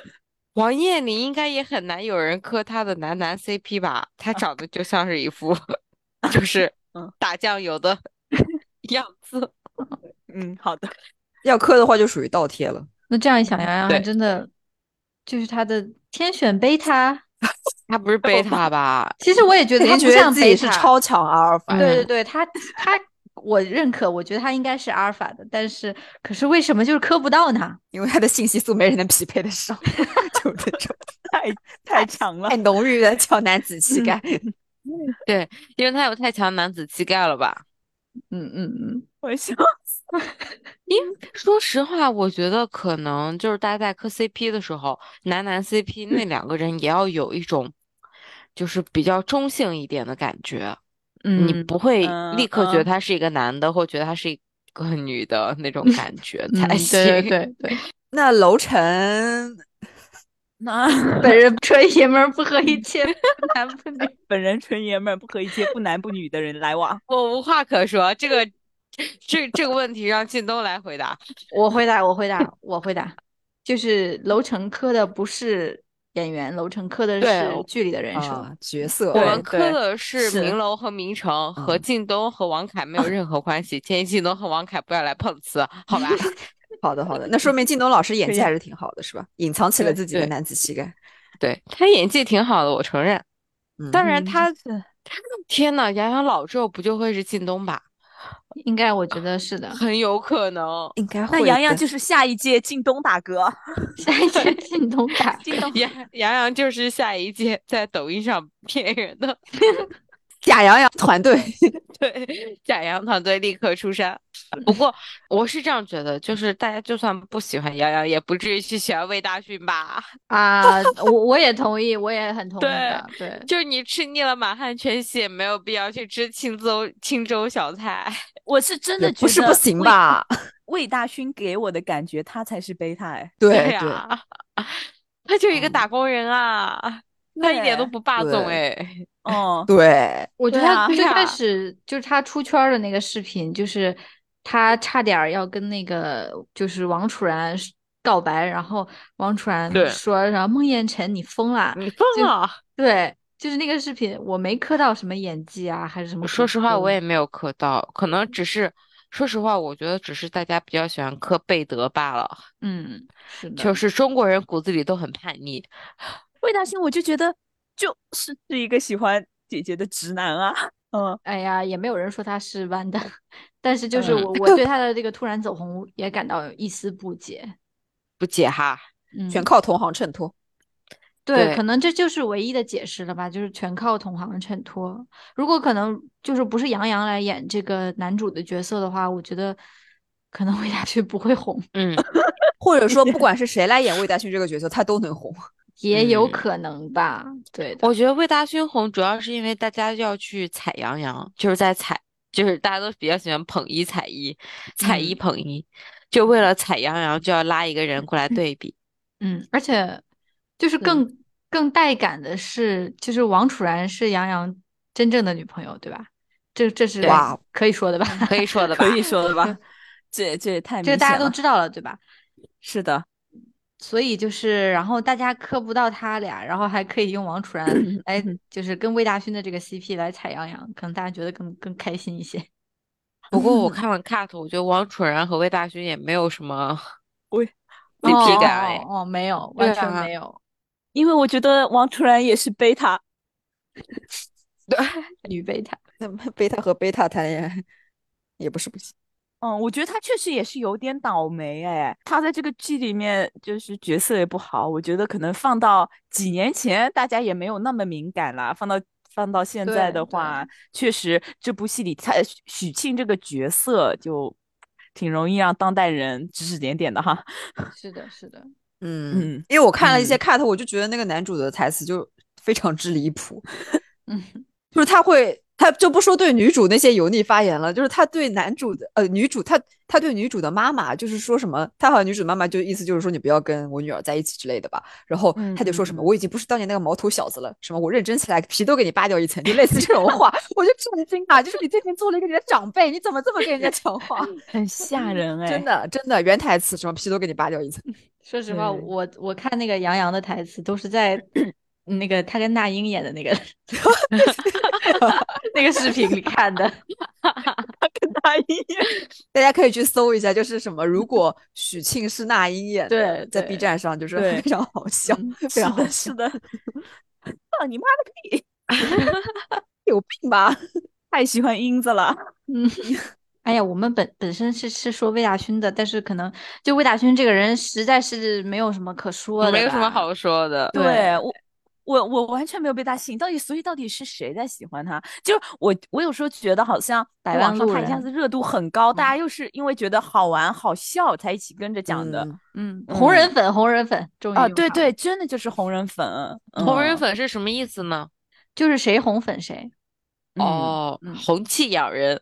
王彦霖应该也很难有人磕他的男男 CP 吧？他长得就像是一副就是
嗯
打酱油的 样子。
嗯，好的。
要磕的话就属于倒贴了。
那这样一想，杨洋还
对
真的就是他的天选贝塔。
他不是贝塔吧？
其实我也觉得
他
不
觉得
像
自己
贝
是
塔，
超强阿尔法，
对对对，他他我认可，我觉得他应该是阿尔法的，但是可是为什么就是磕不到呢？
因为他的信息素没人能匹配得上， 就这种
太太强了
太，浓郁的小男子气概。
因为他有太强男子气概了吧？
嗯嗯嗯，
我 笑。
因为说实话，我觉得可能就是大家在磕 CP 的时候，男男 CP 那两个人也要有一种就是比较中性一点的感觉，你
嗯，
不会
嗯
立刻觉得
嗯
他是一个男的，或觉得他是一个女的那种感觉
嗯
才行。
对对对对，
那楼啊晨
那
本人纯爷们儿不和一切男不 女，
本人纯爷们儿，不和一些不男不女的人来往。
我无话可说，这个这这个问题让靳东来回答。
我回答，我回答，我回答，就是楼层磕的不是演员，楼层磕的
对
是剧里的人设。
啊，角色
我们
对
磕的是
是
明楼和明城，和
嗯
靳东和王凯没有任何关系。建议靳东和王凯不要来碰瓷，好吧？
好的好的，那说明靳东老师演技
对
还是挺好的，是吧？隐藏起了
对
自己的
对
男子气概。
对他演技挺好的，我承认。
嗯
当然
嗯
他，
是
天呐，杨洋老之后不就会是靳东吧？，
应该我觉得是 的
很有可能。
应该会
那
的。
杨洋就是下一届靳东大哥，
下一届靳东 大，
靳东
杨杨洋就是下一届在抖音上 骗人的，
假杨洋团队，
对，假洋团队立刻出山。不过我是这样觉得，就是大家就算不喜欢杨洋，也不至于去选魏大勋吧？
啊，我我也同意，我也很同意的，对
就是你吃腻了满汉全席，也没有必要去吃青州青州小菜。
我是真
也
的
不
觉
是
得
不行
魏
吧？
魏大勋给我的感觉，他才是贝塔 哎。
对
呀、
对，
他就是一个
嗯
打工人啊，他一点都
对
不霸总
对
哎。
哦，
对，
我觉得
对
他
啊
最
对
开
啊
始就是他出圈儿的那个视频，就是他差点儿要跟那个就是王楚然是告白，然后王楚然
对
说：“然后孟宴臣你疯啦
你疯
就
了！！”
对，就是那个视频，我没磕到什么演技啊，还是什么。
说实话，我也没有磕到，可能只是，说实话，我觉得只是大家比较喜欢磕贝德罢了。
嗯，是的，
就是中国人骨子里都很叛逆，
魏大勋，我就觉得就是是一个喜欢姐姐的直男啊。嗯，
哎呀，也没有人说他是弯的， 但是就是
嗯
我我 对他的这个突然走红也感到一丝不解。
不解 哈。
嗯，
全靠同行衬托。
对，
对
可能这就是唯一的解释了吧，就是全靠同行衬托。如果可能就是不是杨洋来演这个男主的角色的话，我觉得可能魏大 勋不会红，
嗯，
或者说，不管是谁来演魏大勋这个角色，他都能红。
也有
嗯
可能吧。对的，
我觉得魏大勋红主要是因为大家要去踩杨洋，就是在踩，就是大家都比较喜欢捧一踩一，踩一
嗯
捧一，就为了踩杨洋就要拉一个人过来对比。
嗯，而且就是更、更带感的是，就是王楚然是杨洋真正的女朋友，对吧？这这是
对哇
可以说的吧？
可以说的吧
可？以说的吧？这这也太
这个
明
大家
显
都
了
知道了，对吧？
是的，
所以就是，然后大家磕不到他俩，然后还可以用王楚然来，就是跟魏大勋的这个 CP 来踩杨洋，可能大家觉得更更开心一些。
不过我看了 cut，我觉得王楚然和魏大勋也没有什么
喂
CP 感哎。
哦哦哦，没有，
对
完全
啊
没有。
因为我觉得王楚然也是贝塔，
女贝塔，
那么贝塔和贝塔谈恋爱 也不是不行。
嗯，我觉得他确实也是有点倒霉哎，他在这个剧里面就是角色也不好，我觉得可能放到几年前大家也没有那么敏感啦，放到放到现在
对
的
对
话，确实这部戏里他许许沁这个角色就挺容易让当代人指指点点的哈，
是的，是的，
嗯
嗯，
因为我看了一些
嗯
cut，我就觉得那个男主的台词就非常之离 谱，
嗯，
就是他会，他就不说对女主那些油腻发言了，就是他对男主的呃女主，他他对女主的妈妈就是说什么，他好像女主妈妈就意思就是说你不要跟我女儿在一起之类的吧，然后
嗯
他就说什
嗯
么、我已经不是当年那个毛头小子了，什么我认真起来皮都给你扒掉一层，就类似这种话， 我就震惊啊，就是你最近做了一个你的长辈，你怎么这么跟人家讲 话？
很吓 人哎，
真的真的原台词什么皮都给你扒掉一层，
说实话，
对
我我看那个杨洋的台词都是 在那个他跟那英演的那 个那个视频里看的。
大一眼
大家可以去搜一下，就是什么，如果许沁是那英演的，
对
在
对
B 站上就是
对
非常好笑，
嗯
非
是
常好
的，
笑
是的， 放你妈的屁！
有病吧？
太喜欢英子了，
嗯， 哎呀，我们本本身是是说魏大勋的，但是可能就魏大勋这个人实在是没有什么可说的，
没有什么。好说的。
对
我，我我完全没有被他吸引，到底所以到底是谁在喜欢他？就是我，我有时候觉得好像
百
在
万
网上
路
他一下
人嗯
子热度很高，大家又是因为觉得好玩好笑才一起跟着讲的、
嗯
嗯，红人粉，红人粉，终于
啊，
用
对
上
对，
了，
真的就是红人粉，
红人
嗯，
粉是什么意思呢？
就是谁红粉谁。
嗯，
哦
嗯，
红气养人。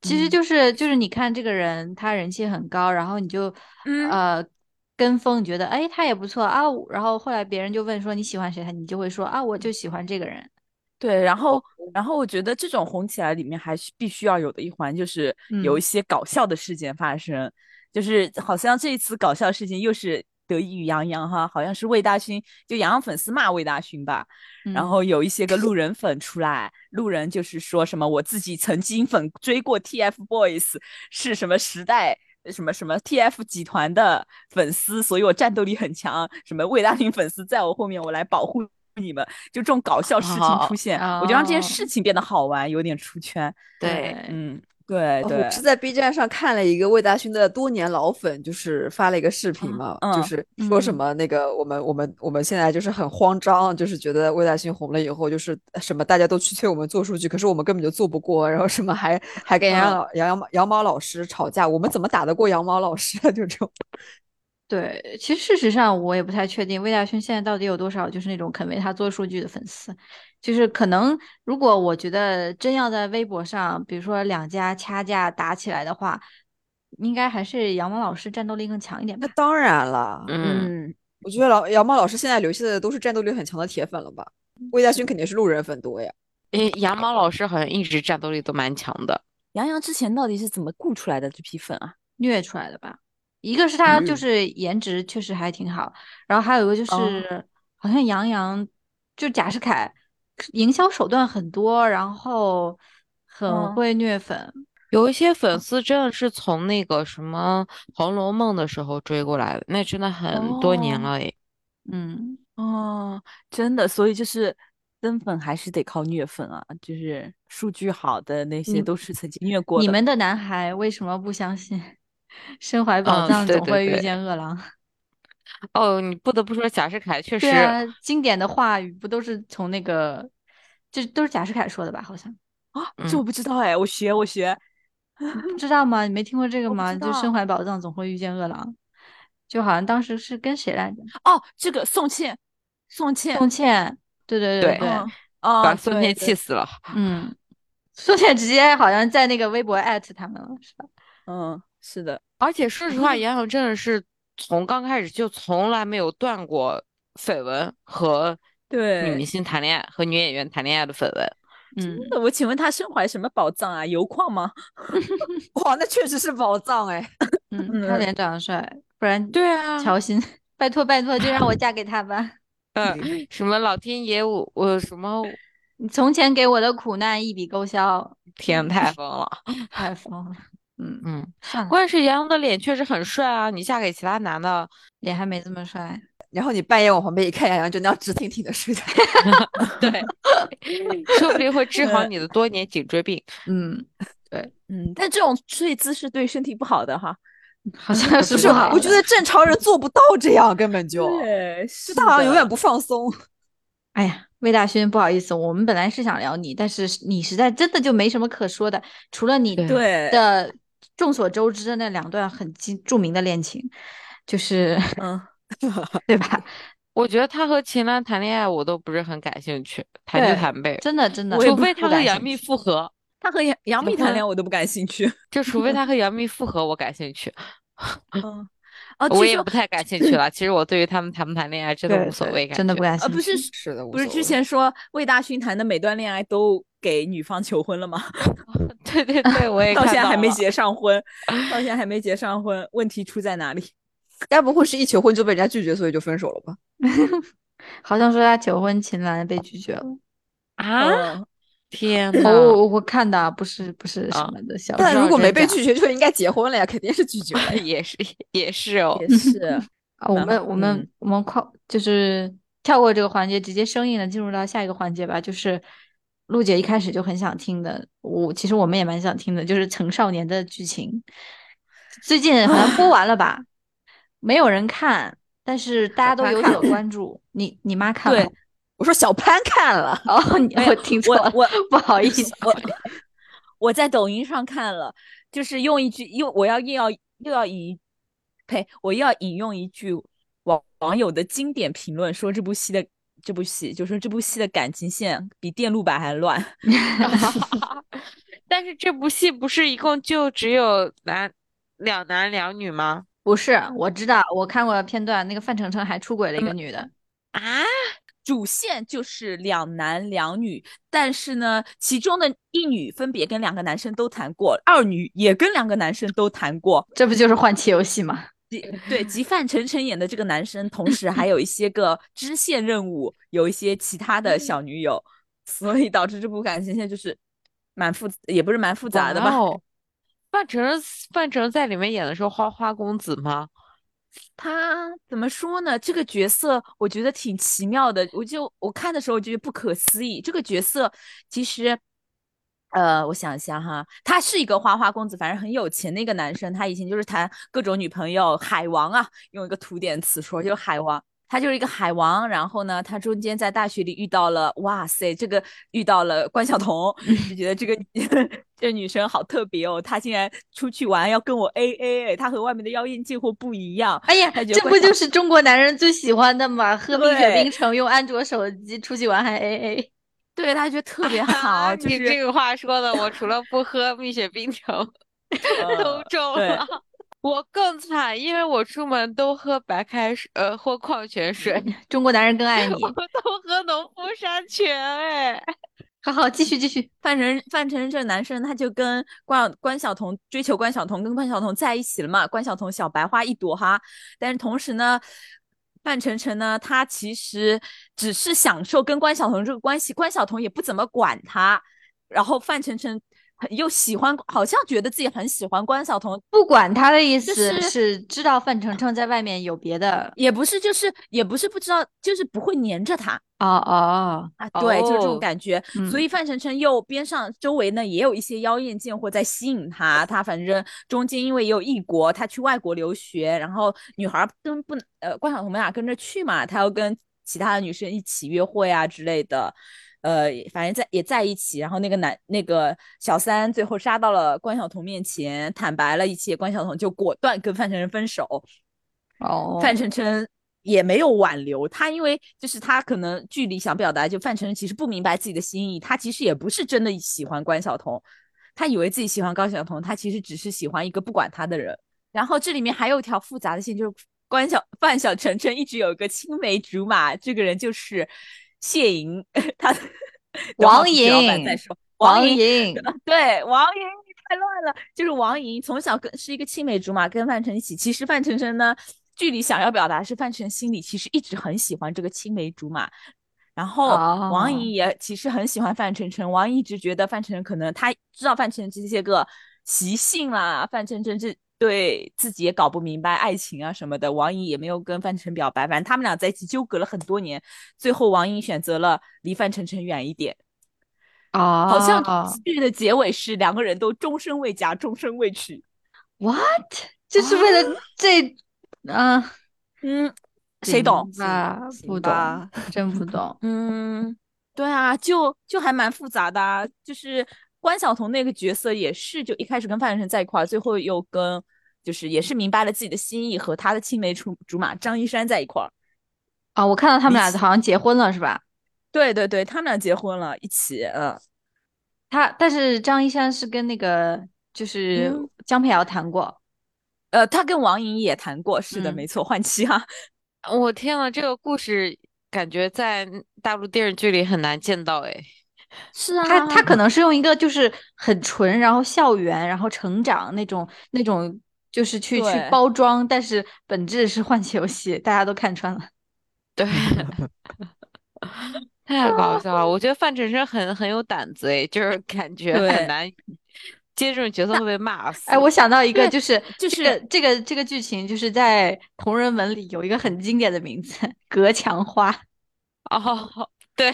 其实
嗯
就是就是你看这个人，他人气很高，然后你就、
嗯
呃跟风，你觉得哎他也不错啊，然后后来别人就问说你喜欢谁，你就会说啊我就喜欢这个人。
对，然后然后我觉得这种红起来里面还是必须要有的一环，就是有
嗯
一些搞笑的事件发生，就是好像这一次搞笑事件又是得益于杨洋哈，好像是魏大勋，就杨洋粉丝骂魏大勋吧，然
嗯
后有一些个路人粉出来，路人就是说什么我自己曾经粉追过 TFBOYS，是什么时代什么什么 TF 集团的粉丝，所以我战斗力很强，什么魏大勋粉丝在我后面，我来保护你们，就这种搞笑事情出
哦
现，我就让这件
哦
事情变得好玩，有点出圈，
对，
嗯，对
哦
对
我，是在 B 站上看了一个魏大勋的多年老粉，就是发了一个视频嘛，
嗯
就是说什
嗯
么那个我们我们我们现在就是很慌张，就是觉得魏大勋红了以后，就是什么大家都去催我们做数据，可是我们根本就做不过，然后什么还还跟杨
嗯
老杨杨杨毛老师吵架，我们怎么打得过杨毛老师啊？就 这种。
对，其实事实上我也不太确定魏大勋现在到底有多少就是那种肯为他做数据的粉丝，就是可能如果我觉得真要在微博上，比如说两家掐架打起来的话，应该还是杨毛老师战斗力更强一点
那
吧。
当然了，
嗯，
嗯，
我觉得老姚猫老师现在留下的都是战斗力很强的铁粉了吧？魏大勋肯定是路人粉多呀。
诶，羊毛老师好像一直战斗力都蛮强的。
杨洋之前到底是怎么雇出来的这批粉啊？
虐出来的吧。一个是他就
嗯
是颜值确实还挺好，然后还有一个就是、
哦
好像杨洋就贾士凯营销手段很多，然后很
嗯
会虐粉。
有一些粉丝真的是从那个什么《红楼梦》的时候追过来的，那真的很多年
哦
了诶。
嗯，
哦，真的，所以就是增粉还是得靠虐粉啊，就是数据好的那些
嗯
都是曾经虐过
你
的。
们的男孩为什么不相信？ 身怀宝
嗯
藏
对
总
对
会遇
对
见饿狼。
哦，你不得不说贾士凯确
对
实，
啊，经典的话语不都是从那个，这都是贾士凯说的吧？好像
啊，
嗯
这我不知道哎，我学我学，
你不知道吗？你没听过这个
我不
吗？
知
就身
道
怀宝藏总会遇见饿狼，就好像当时是跟谁来着？
哦，这个宋茜，宋茜，
宋茜，对对对
对
对，
嗯，哦，
把孙
对
天气，死了。
嗯，宋茜直接好像在那个微博艾特他们了，是吧？
对嗯，是的，
而且说 实话，杨洋真的是从刚开始就从来没有断过绯闻和女
对
嗯明星谈恋爱和女演员谈恋爱的绯闻。
嗯，
那我请问他身怀什么宝藏啊？油矿吗？
哇，那确实是宝藏哎！
嗯，他脸长得帅，不然
对啊，
乔欣，拜托拜托，就让我嫁给他吧。
嗯，什么老天爷，我我什么
你从前给我的苦难一笔勾销，
天太疯了，
太疯了。嗯，
嗯，
算了，
关键是杨洋的脸确实很帅啊，你嫁给其他男的，
脸还没这么帅。
然后你半夜往旁边一看，杨洋就那样直挺挺的 睡在那儿。
对，说不定会治好你的多年颈椎病。
嗯，
嗯，但这种睡姿势对身体不好的哈。
好像是不好
我觉
的。
得正常人做不到这样，根本就
对，
就是他好像
的
永远不放松。
哎呀，魏大勋，不好意思，我们本来是想聊你，但是你实在真的就没什么可说的，除了你
对
对，
的众所周知的那两段很经著名的恋情，就是
嗯，
对吧？
我觉得他和秦岚谈恋爱，我都不是很感兴趣，谈就
对
谈呗，
真的真的，
我也
除
不
非
不
他和
感
杨
兴
幂
趣
复合，
他和杨杨幂
怎么
谈恋爱我都不感兴趣。
就除非他和杨幂复合，我感兴趣，
嗯，哦，
我
据
也
说
不太感兴趣了。其实我对于他们谈不谈恋爱真的
对
无所
对
谓，感
真的
觉
不感
呃
兴趣。
不是
是的，
不是之前说魏大勋谈的每段恋爱都给女方求婚了吗？
对对对，我也
到
看
现在还没
了
结上婚，到现在还没结上婚，问题出在哪里？
该不会是一求婚就被人家拒绝，所以就分手了吧？
好像说他求婚，秦岚被拒绝了。
啊！
嗯，
天
哦，
呐，
我我看的啊不是不是什
啊
么的小说，
但如果没被
真假
拒绝，就应该结婚了呀，肯定是拒绝 了呀。
也是也是哦，
也是，
啊，我
然
们我们
嗯
我们跨就是跳过这个环节，直接生硬的进入到下一个环节吧。就是陆姐一开始就很想听的，我其实我们也蛮想听的，就是《曾少年》的剧情。最近好像播完了吧？没有人看，但是大家都
妈
有
看
所关注。你你妈看了
对
吗？
我说小潘看了，
哦，你
没有
我听错
我
了，
我
不好意思。
我我在抖音上看了，就是用一句又我要又要又要引，呸，我又要引用一句网网友的经典评论，说这部戏的这部戏，就说这部戏的感情线比电路板还乱。
但是这部戏不是一共就只有男两男两女吗？
不是，我知道，我看过片段，那个范丞丞还出轨了一个女的。
啊，
主线就是两男两女，但是呢，其中的一女分别跟两个男生都谈过，二女也跟两个男生都谈过，
这不就是换妻游戏吗？
即对，即范丞丞演的这个男生，同时还有一些个支线任务，有一些其他的小女友，所以导致这部感情线就是蛮复，也不是蛮复杂的吧？
哇 哦？范丞范丞在里面演的是花花公子吗？
他怎么说呢？这个角色我觉得挺奇妙的，我就我看的时候我觉得不可思议。这个角色其实，呃，我想一下哈，他是一个花花公子，反正很有钱的一个男生。他以前就是谈各种女朋友，海王啊，用一个土点词说就是海王。他就是一个海王，然后呢，他中间在大学里遇到了，哇塞，这个遇到了关晓彤，就觉得这个 这女生好特别哦，她竟然出去玩要跟我 A A，她和外面的妖艳贱货不一样。
哎呀，
他就
这
会
不就是中国男人最喜欢的吗？喝冰雪
对
冰城，用安卓手机，出去玩还 AA。
对他觉得特 别
啊
好，就
你
是
这个话说的，我除了不喝蜜雪冰城 都
呃
中
对
了。我更惨，因为我出门都喝白开水，呃，或矿泉水，
中国男人更爱你。
我都喝农夫山泉， 哎，
好好，继续继续。
范丞范丞丞这个男生，他就跟关关晓彤追求关晓彤，跟关晓彤在一起了嘛。关晓彤小白花一朵哈，但是同时呢，范丞丞呢，他其实只是享受跟关晓彤这个关系，关晓彤也不怎么管他。然后范丞丞很又喜欢，好像觉得自己很喜欢关晓彤，
不管他的意思
就是
是知道范丞丞在外面有别的。
也不是就是也不是不知道，就是不会黏着他。
哦哦，
啊，对，就是这
哦
种感觉。所以范丞丞又边上周围呢也有一些妖艳贱货在吸引他，他反正中间因为也有异国，他去外国留学，然后女孩儿跟不能呃关晓彤们俩跟着去嘛，他要跟其他的女生一起约会啊之类的。呃，反正在也在一起，然后那个男那个小三最后杀到了关晓彤面前，坦白了一切，关晓彤就果断跟范丞丞分手。
哦，
范丞丞也没有挽留他，因为就是他可能剧里想表达，就范丞丞其实不明白自己的心意，他其实也不是真的喜欢关晓彤，他以为自己喜欢高晓彤，他其实只是喜欢一个不管他的人。然后这里面还有一条复杂的线，就是关晓范晓 丞丞一直有一个青梅竹马，这个人就是谢莹，他等
王
好徐老板
莹
再说。
王
莹，
莹，
对，王莹你太乱了，就是王莹从小跟是一个青梅竹马，跟范丞一起。其实范丞丞呢，剧里想要表达是范丞心里其实一直很喜欢这个青梅竹马。然后王
哦
莹也其实很喜欢范丞丞，王莹一直觉得范丞丞可能他知道范丞丞这些个习性啦，范丞丞这对自己也搞不明白爱情啊什么的，王莹也没有跟范丞丞表白，反正他们俩在一起纠葛了很多年，最后王莹选择了离范丞丞远一点，
啊，
好像剧的结尾是两个人都终身未嫁，终身未娶。
what，就是为了这，嗯，
嗯，谁懂？
啊，不懂，
吧
真不 懂。
嗯，对啊，就就还蛮复杂的啊。就是关晓彤那个角色也是，就一开始跟范丞丞在一块儿，最后又跟就是也是明白了自己的心意，和他的青梅竹竹马张一山在一块儿。
啊，我看到他们
理
俩
解
好像结婚了，是吧？
对对对，他们俩结婚了，一起。嗯，
他，但是张一山是跟那个就是
嗯
江佩瑶谈过，
呃，他跟王莹也谈过，是的，
嗯
没错，换妻啊哈、
呃我天呐，这个故事感觉在大陆电视剧里很难见到哎。
是啊
他他可能是用一个就是很纯，然后校园，然后成长那种那种，就是去去
对
包装，但是本质是换妻游戏，大家都看穿了。
对， 太搞笑了！我觉得范丞丞很很有胆子哎，就是感觉
对
很难接这种角色会被骂死。
哎，我想到一个，就是
就
这个这个这个剧情，就是在同人文里有一个很经典的名字——隔墙花。
哦， 对，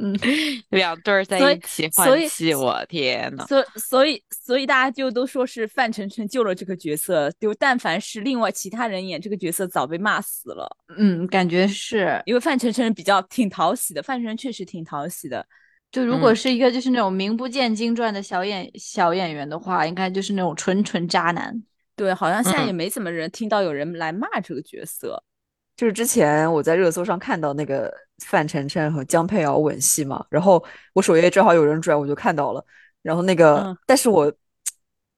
嗯，
两对儿在
所
一
以
起
所
换
以
妻，我天呐，
所所以所以大家就都说是范丞丞救了这个角色，就但凡是另外其他人演这个角色，早被骂死了。
嗯，感觉是，
因为范丞丞比较挺讨喜的，范丞丞确实挺讨喜的。
就如果
嗯
是一个就是那种名不见经传的小演小演员的话，应该就是那种纯纯渣男。
对，好像现在
嗯
也没怎么人听到有人来骂这个角色。
就是之前我在热搜上看到那个范丞丞和江佩瑶吻戏嘛，然后我首页正好有人转，我就看到了。然后那个，
嗯
但是我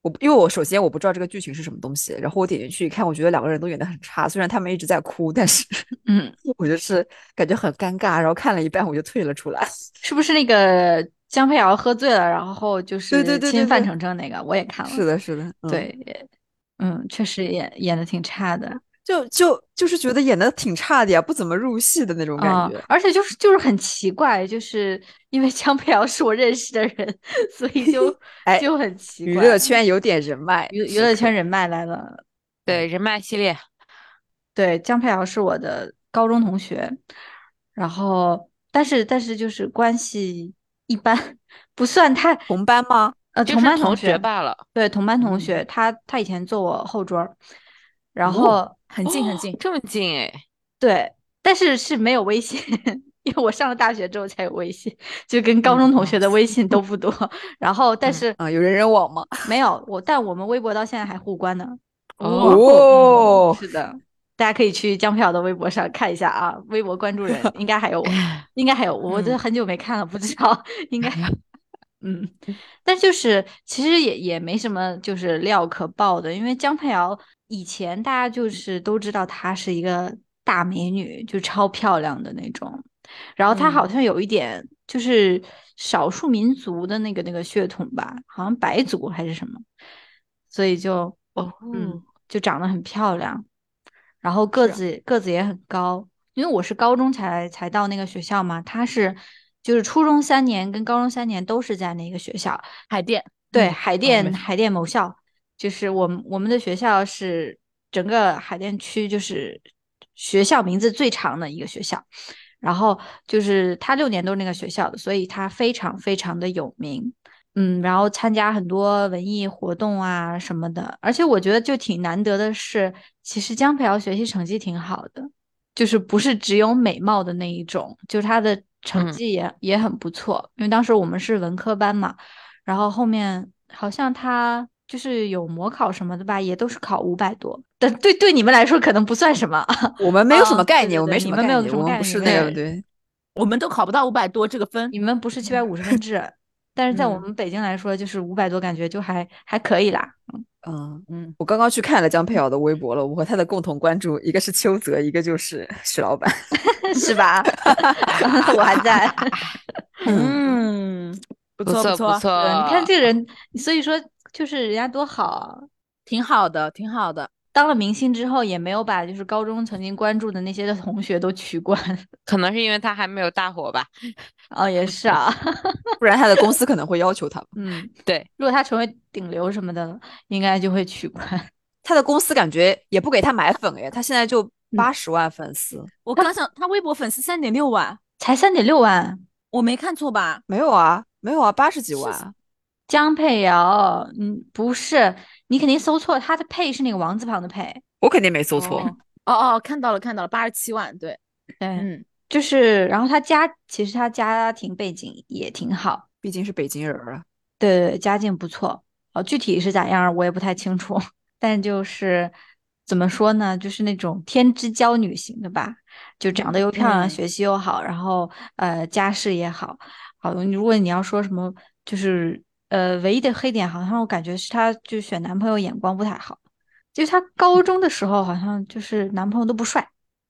我因为我首先我不知道这个剧情是什么东西，然后我点进去一看，我觉得两个人都演得很差，虽然他们一直在哭，但 是
嗯，
我就是感觉很尴尬。然后看了一半我就退了 出来。
是不是那个江佩瑶喝醉了，然后就是
对对对
亲
对
范
对
丞丞那个，我也看了。
是的，是的，嗯、，
对，嗯，确实演演的挺差的。
就就就是觉得演的挺差的呀，不怎么入戏的那种感
啊、
觉。
而且就是就是很奇怪，就是因为江佩瑶是我认识的人， 所以就
哎
就很奇
娱
怪。
乐圈有点人脉，
娱娱
是
乐
可
圈人脉来了，
对，人脉系列，
对，江佩瑶是我的高中同学，然后但是但是就是关系一般， 不算太
同班吗？
呃
就
同
是
班
同
学
学，罢了。
对同班同
嗯
学，他他以前坐我后桌儿，然
哦
后、
很近很
哦
近，
这么近哎，
对，但是是没有微信， 因为我上了大学之后才有微信，就跟高中同学的微信都不多。然后，但
嗯
是
啊，有人人网吗？
没有我，但我们微博到现在还互关呢。嗯
哦，
是的，大家可以去江票的微博上看一下啊，微博关注人应该还有我，应该还有我，我真的
嗯
很久没看了，不知道 应该。嗯，但就是其实也也没什么就是料可爆的，因为江佩瑶以前大家就是都知道她是一个大美女，就超漂亮的那种，然后她
嗯
好像有一点就是少数民族的那个那个血统吧，好像白族还是什么，所以就
哦，
嗯，就长得很漂亮，然后个
是啊
子也个子也很高。因为我是高中才才到那个学校嘛，他是就是初中三年跟高中三年都是在那个学校，
海淀。
对，
嗯
海
没
淀、
事
海淀某校，就是我们我们的学校是整个海淀区就是学校名字最长的一个学校，然后就是他六年都是那个学校的，所以他非常非常的有名，嗯，然后参加很多文艺活动啊什么的，而且我觉得就挺难得的是，其实江培瑶学习成绩挺好的，就是不是只有美貌的那一种，就是她的成
嗯
绩也、也很不错，因为当时我们是文科班嘛。然后后面好像他就是有模考什么的吧，也都是考五百多。但对对你们来说可能不算什么，
我们没有什
啊
么概
对
念，
对
我
对
没
你
什么
们
概
没有
念，
什么
我们
概
不是
念
那个
对
对，
我们都考不到五百多这个分
你，们不是七百五十分制，但是在我
嗯
们北京来说，就是五百多，感觉就还还可以啦。
嗯。
嗯，
我刚刚去看了江佩瑶的微博了，我和她的共同关注一个是 邱 泽，一个就是徐老板。
是吧？我还在。
嗯，不
不
错
错
错，
不错
你看这个人，所以说就是人家多好啊，
挺好的，挺好的。
当了明星之后也没有把就是高中曾经关注的那些的同学都取关。
可能是因为他还没有大火吧。
哦，也是啊，
不然他的公司可能会要求他。
嗯，
对，
如果他成为顶流什么的，应该就会取关。
他的公司感觉也不给他买粉哎，他现在就八十万粉丝，
我刚想，他微博粉丝三点六万，
才三点六万，
我没看错吧？
没有啊，没有啊，八十几万啊，
江佩瑶，嗯，不是，你肯定搜错，他的佩是那个王字旁的佩。
我肯定没搜
哦哦哦，看到了看到了，八十七万，对，
对，
嗯，
就是，然后他家其实他家庭背景也挺好，
毕竟是北京人儿啊。
对对对，家境不错。哦，具体是咋样儿我也不太清楚，但就是怎么说呢，就是那种天之娇女型的吧，就长得又漂亮，
嗯
学习又好，然后呃家世也好。好，如果你要说什么，就是呃唯一的黑点，好像我感觉是她就选男朋友眼光不太好，就是她高中的时候好像就是男朋友都不帅，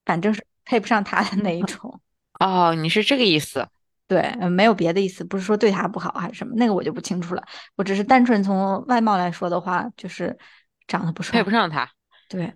反正是配不上她的那一种。
哦，你是这个意思。
对，呃没有别的意思，不是说对他不好还是什么，那个我就不清楚了。我只是单纯从外貌来说的话，就是长得不帅，
配不。上他。
对，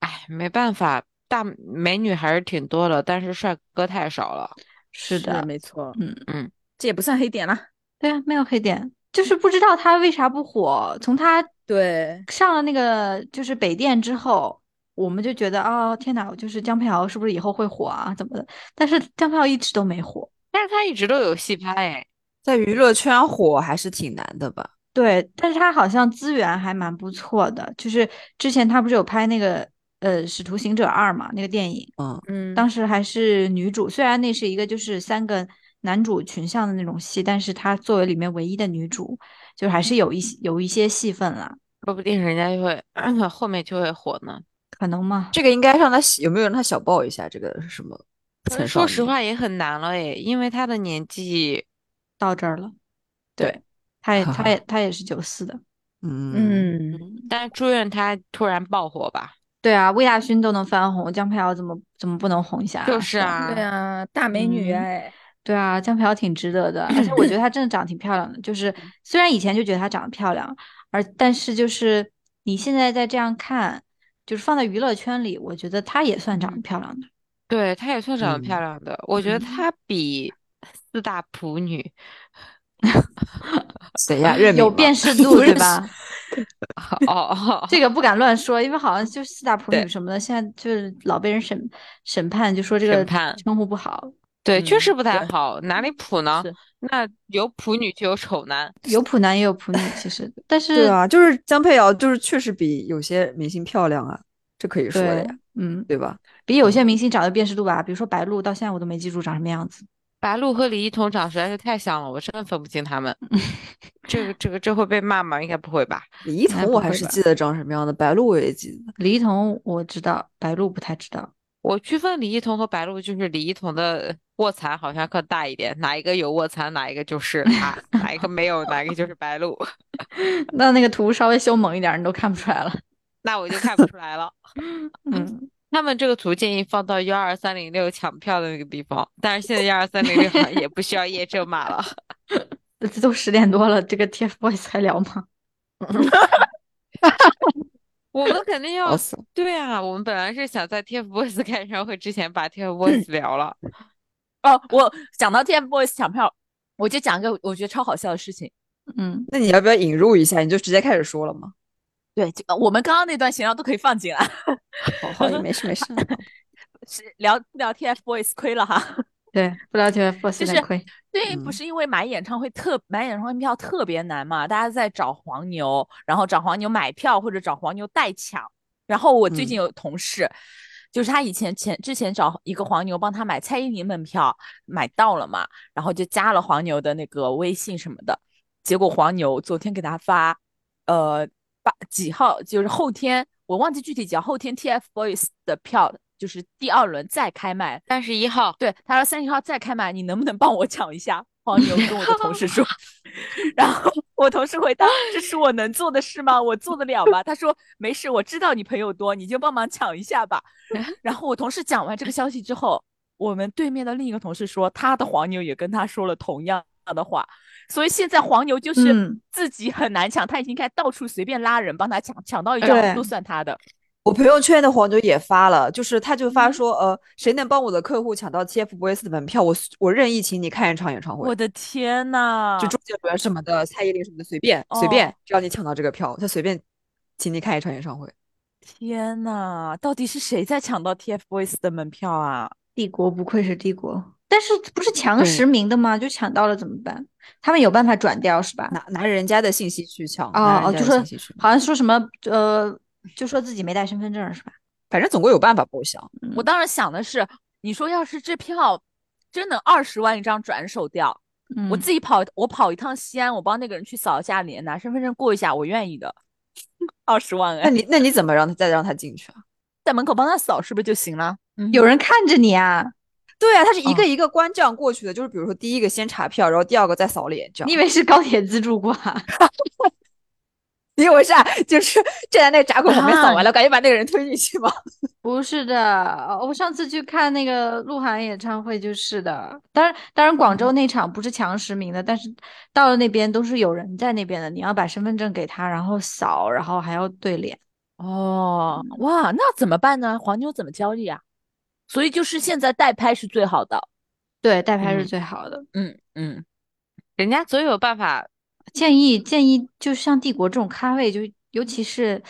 哎，没办法，大美女还是挺多的，但是帅哥太少了。
是的，
没错，
嗯
嗯，
这也不算黑点啦。
对啊，没有黑点，就是不知道他为啥不火。从他
对，
上了那个就是北电之后，我们就觉得啊、天哪，就是江佩瑶是不是以后会火啊，怎么的？但是江佩瑶一直都没火。
但是他一直都有戏拍哎。
在娱乐圈火还是挺难的吧？
对，但是他好像资源还蛮不错的，就是之前他不是有拍那个呃《使徒行者二》嘛，那个电影。
嗯，
嗯，
当时还是女主，虽然那是一个就是三个男主群像的那种戏，但是她作为里面唯一的女主，就还是有一些有一些戏份啦，
说不定人家就会 后面就会火呢。
可能吗？
这个应该让他有没有让他小爆一下这个什么
可
陈
是说
少宁？
实话也很难了哎，因为他的年纪，
到这儿了，对，她也她也她也是九四的，
嗯，
嗯，
但是祝愿他突然爆火吧。
对啊，魏大勋都能翻红，江佩瑶怎么怎么不能红一下？
就是
吧
啊
对啊，大美女
嗯
哎，
对啊，江飘挺值得的，而且我觉得她真的长得挺漂亮的。就是虽然以前就觉得她长得漂亮，而但是就是你现在再这样看，就是放在娱乐圈里，我觉得她也算长得漂亮的。
对，她也算长得漂
嗯
亮的，我觉得
嗯
她比四大普女
谁呀？任
啊有
敏吗
辨识 度，
不
对
认识
吧？
哦哦，
这个不敢乱说，因为好像就是四大普
对
女什么的，现在就是老被人审审判，就说这个
审判
称呼不好，
对，确
嗯
实不太
对
好，哪里普呢？
是
那有普女就有丑男，
有普男也有普女，其实，但是
对啊，就是江佩瑶，就是确实比有些明星漂亮啊，这可以说的
对
呀，
嗯，
对吧？
比有些明星长得辨识度吧，比如说白鹿，到现在我都没记住长什么样子。
白鹿和李一桐长实在是太像了，我真的分不清他们。这个这个这会被骂吗？应该不会吧？
李一
应该
桐
不
我还
会
是
吧
记得长什么样的，白鹿我也记得。
李一桐我知道，白鹿不太知道。
我区分李一桐和白鹿，就是李一桐的卧蚕好像更大一点，哪一个有卧蚕，哪一个 就是她，哪一个没有，哪一个就是白鹿，
那那个图稍微修猛一点儿，你都看不出来了。
那我就看不出来了。
嗯，
他们这个图建议放到幺二三零六抢票的那个地方，但是现在幺二三零六好像也不需要验证码了。
这嗯 都十点多了，这个 TFBOYS 还聊吗？
我们肯定要，
塞，
对啊，我们本来是想在 TFBOYS 开演唱会之前把
嗯
TFBOYS 聊了。
哦，我讲到 TFBOYS 抢票，我就讲一个我觉得超好笑的事情。
嗯，
那你要不要引入一下？你就直接开始说了 吗？
对，就我们刚刚那段闲聊都可以放进来，
好好，也没事没 事。
是聊不聊 TFBOYS 亏了哈。
对，不聊 TFBOYS 有
就是
点亏。
对，不
嗯
是因为买演唱会特买演唱会票特别难嘛，大家在找黄牛，然后找黄牛买票或者找黄牛代抢。然后我最近有同事，就是他以前前之前找一个黄牛帮他买蔡依林门票，买到了嘛，然后就加了黄牛的那个微信什么的，结果黄牛昨天给他发，呃，八几号就是后天，我忘记具体几号，后天 TFBOYS 的票就是第二轮再开卖，
三十一号，
对，他说三十号再开满，你能不能帮我抢一下？黄牛跟我的同事 说，然后我同事回答：“这是我能做的事吗？我做得了吗？”他说：“没 事，我知道你朋友多，你就帮忙抢一下吧。”然后我同事讲完这个消息之后，我们对面的另一个同事说，他的黄牛也跟他说了同样的话，所以现在黄牛就是
嗯
自己很难抢，他已经开始到处随便拉人帮他抢，抢到一
对
张都算他的。
我朋友圈的黄牛也发了，就是他就发说，呃，谁能帮我的客户抢到 TFBOYS 的门票，我我任意请你看一场演唱会
我，的天呐！
就周杰伦什么的、蔡依林什么的，随便随
哦
便，只要你抢到这个票，他随便请你看一场演唱会。
天呐，到底是谁在抢到 TFBOYS 的门票啊？
帝国不愧是帝国，但是不是抢
对
实名的吗？就抢到了怎么办？他们有办法转掉是吧？
拿拿人家的信息去抢，拿
哦哦，就
人家的
说
信息去，
好像说什么呃，就说自己没带身份证是吧？
反正总归有办法吧，我想。
我当时想的是，你说要是这票真能二十万一张转手掉，
嗯
我自己跑我跑一趟西安，我帮那个人去扫一下脸，拿身份证过一下，我愿意的。二十万
那
哎，
你那你怎么让他再让他进去啊？
在门口帮他扫是不是就行了？嗯
有人看着你啊，
对啊，他是一
哦
个一个关这样过去的，就是比如说第一个先查票，然后第二个再扫脸，这样。
你以为是高铁自助挂？
你以为是啊就是站在那个闸口旁边扫
啊
完了，赶紧把那个人推进去吗？
不是的，呃我上次去看那个鹿晗演唱会就是的。当然，当然广州那场不是强实名的，但是到了那边都是有人在那边的，你要把身份证给他，然后扫，然后还要对脸。
哦，哇，那怎么办呢？黄牛怎么交易啊？所以就是现在代拍是最好的。
对，代拍是
嗯
最好的。
嗯嗯，
人家总有办法。
建议建议，就像帝国这种咖位，就尤其是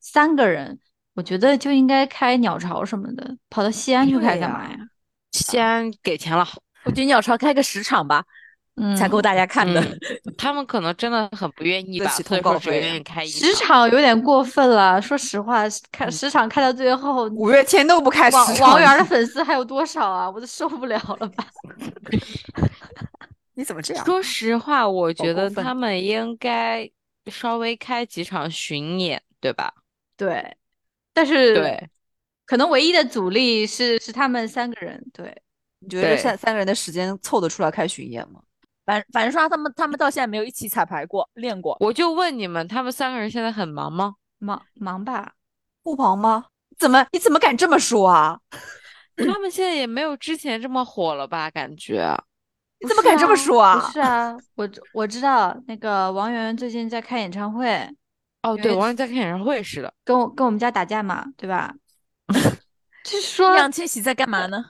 三个人，我觉得就应该开鸟巢什么的，跑到西安去开
对
干
呀
嘛呀？
先给钱了，
我觉得鸟巢开个十场吧，
嗯，
才够大家看的。
嗯 他们可能真的很不愿意
对
吧，
起
所以
通告
说只
费
愿意开一
十场有点过分了，说实话，看
嗯
十场看到最后，
五月天都不开始，
王王源儿的粉丝还有多少啊？我都受不了了吧？
你怎么这样？啊
说实话，我觉
过
得
分
他们应该稍微开几场巡演，对吧？
对，但是
对，
可能唯一的阻力是是他们三个人。对，
你觉得
对
这三三个人的时间凑得出来开巡演吗？
反反正说他们他们到现在没有一起彩排过，练
啊
过。
我就问你们，他们三个人现在很忙吗？
忙忙吧，
不忙吗？怎么你怎么敢这么说啊？
他们现在也没有之前这么火了吧？感觉
不
你怎么
是
敢这么
啊
说啊
不是啊，我知我知道那个王源源最近在开演唱会，
哦，
因
对，
为
王源在看演唱会似的。
跟我跟我们家打架嘛，对吧？就是说
易烊千玺在干嘛呢？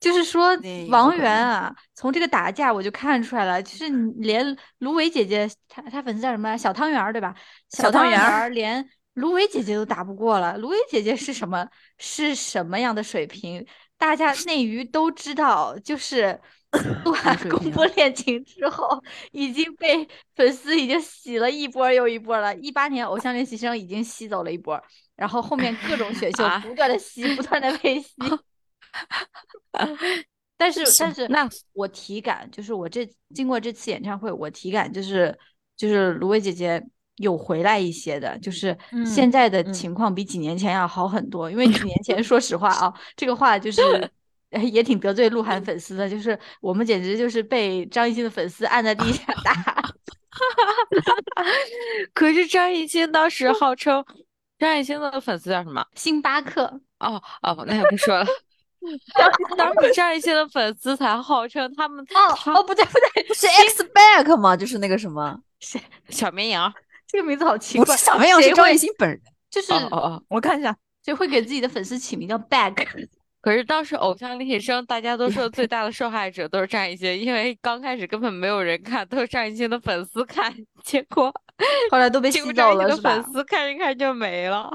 就是说
对有
王
可
源啊，从这个打架我就看出来了，就是你连芦苇姐姐，她她粉丝叫什么？小汤圆儿对吧？
小
小
汤
圆
圆儿
儿连芦苇姐姐都打不过了，芦苇姐姐是什么？是什么样的水平？大家内娱都知道，就是鹿晗
水
公
平
布恋情之后，已经被粉丝已经洗了一波儿又一波儿了。一八年《偶像练习生》已经吸走了一波儿，然后后面各种选秀
啊
不断的吸，不断的被吸。但是，但是，
那
我体感就是我这经过这次演唱会，我体感就是就是芦苇姐姐有回来一些的，就是
嗯
现在的
嗯
情况比几年前要好很多。因为 几年前说实话啊，这个话就是 呃也挺得罪鹿晗粉丝的，就是我们简直就是被张艺兴的粉丝按在地下 打。
可是张艺兴当时号称，张艺兴的粉丝叫什么？
星巴 克，
哦哦，那也不说了。 当时张艺兴的粉丝才号称他们
哦哦，不对不对，
不是 X Back 吗？就是那个什 么，
谁
小绵羊。
这个名字好奇
不是
怪，
小绵羊，是
谁
张
会
艺兴本人。
就是
哦哦哦。
我看一下，
谁会给自己的粉丝起名叫 bag？
可是当时《偶像练习生》，大家都说最大的受害者都是张艺兴，因为刚开始根本没有人看，都是张艺兴的粉丝看，结果
后来都被
结果
吸
张
走
艺兴
了
的
是吧
粉？丝看一看就没了。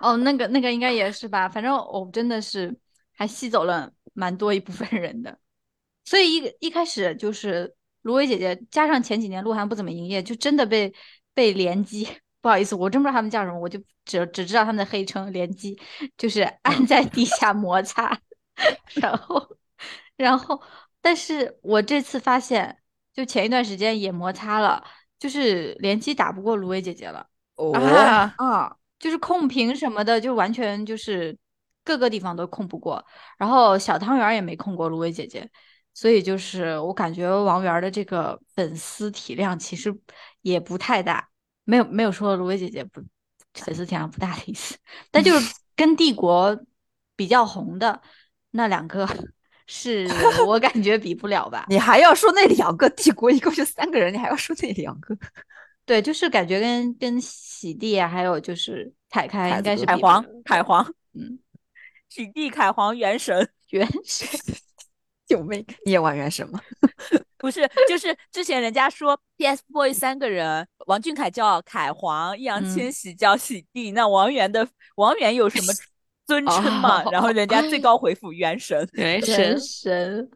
哦，那个那个应该也是吧，反正我真的是还吸走了蛮多一部分人的，所以一一开始就是芦苇姐姐，加上前几年鹿晗不怎么营业，就真的被被联机。不好意思，我真不知道他们叫什么，我就只只知道他们的黑称联机，就是按在地下摩擦， 然后然后，但是我这次发现，就前一段时间也摩擦了，就是联机打不过芦苇姐姐了。
哦，
啊，就是控评什么的，就完全就是各个地方都控不过，然后小汤圆儿也没控过芦苇姐姐，所以就是我感觉王源儿的这个粉丝体量其实也不太大，没有没有说芦苇姐姐不粉丝体量不大的意思，但就是跟帝国比较红的那两个 是我感觉比不了吧。
你还要说那两个帝国一共就三个人，你还要说那两个？
对，就是感觉跟跟喜地啊，还有就是凯凯应该是
凯
比不了
皇，凯皇，
嗯，
取缔凯皇元神，
原始
救命！你也玩原神吗？
不是，就是之前人家说 TFBOYS 三个人，王俊凯叫凯皇，易烊
嗯
千玺叫喜地，那王源的王源有 什么尊称吗？
哦
然后人家最高回复元神，
原
原
神
神。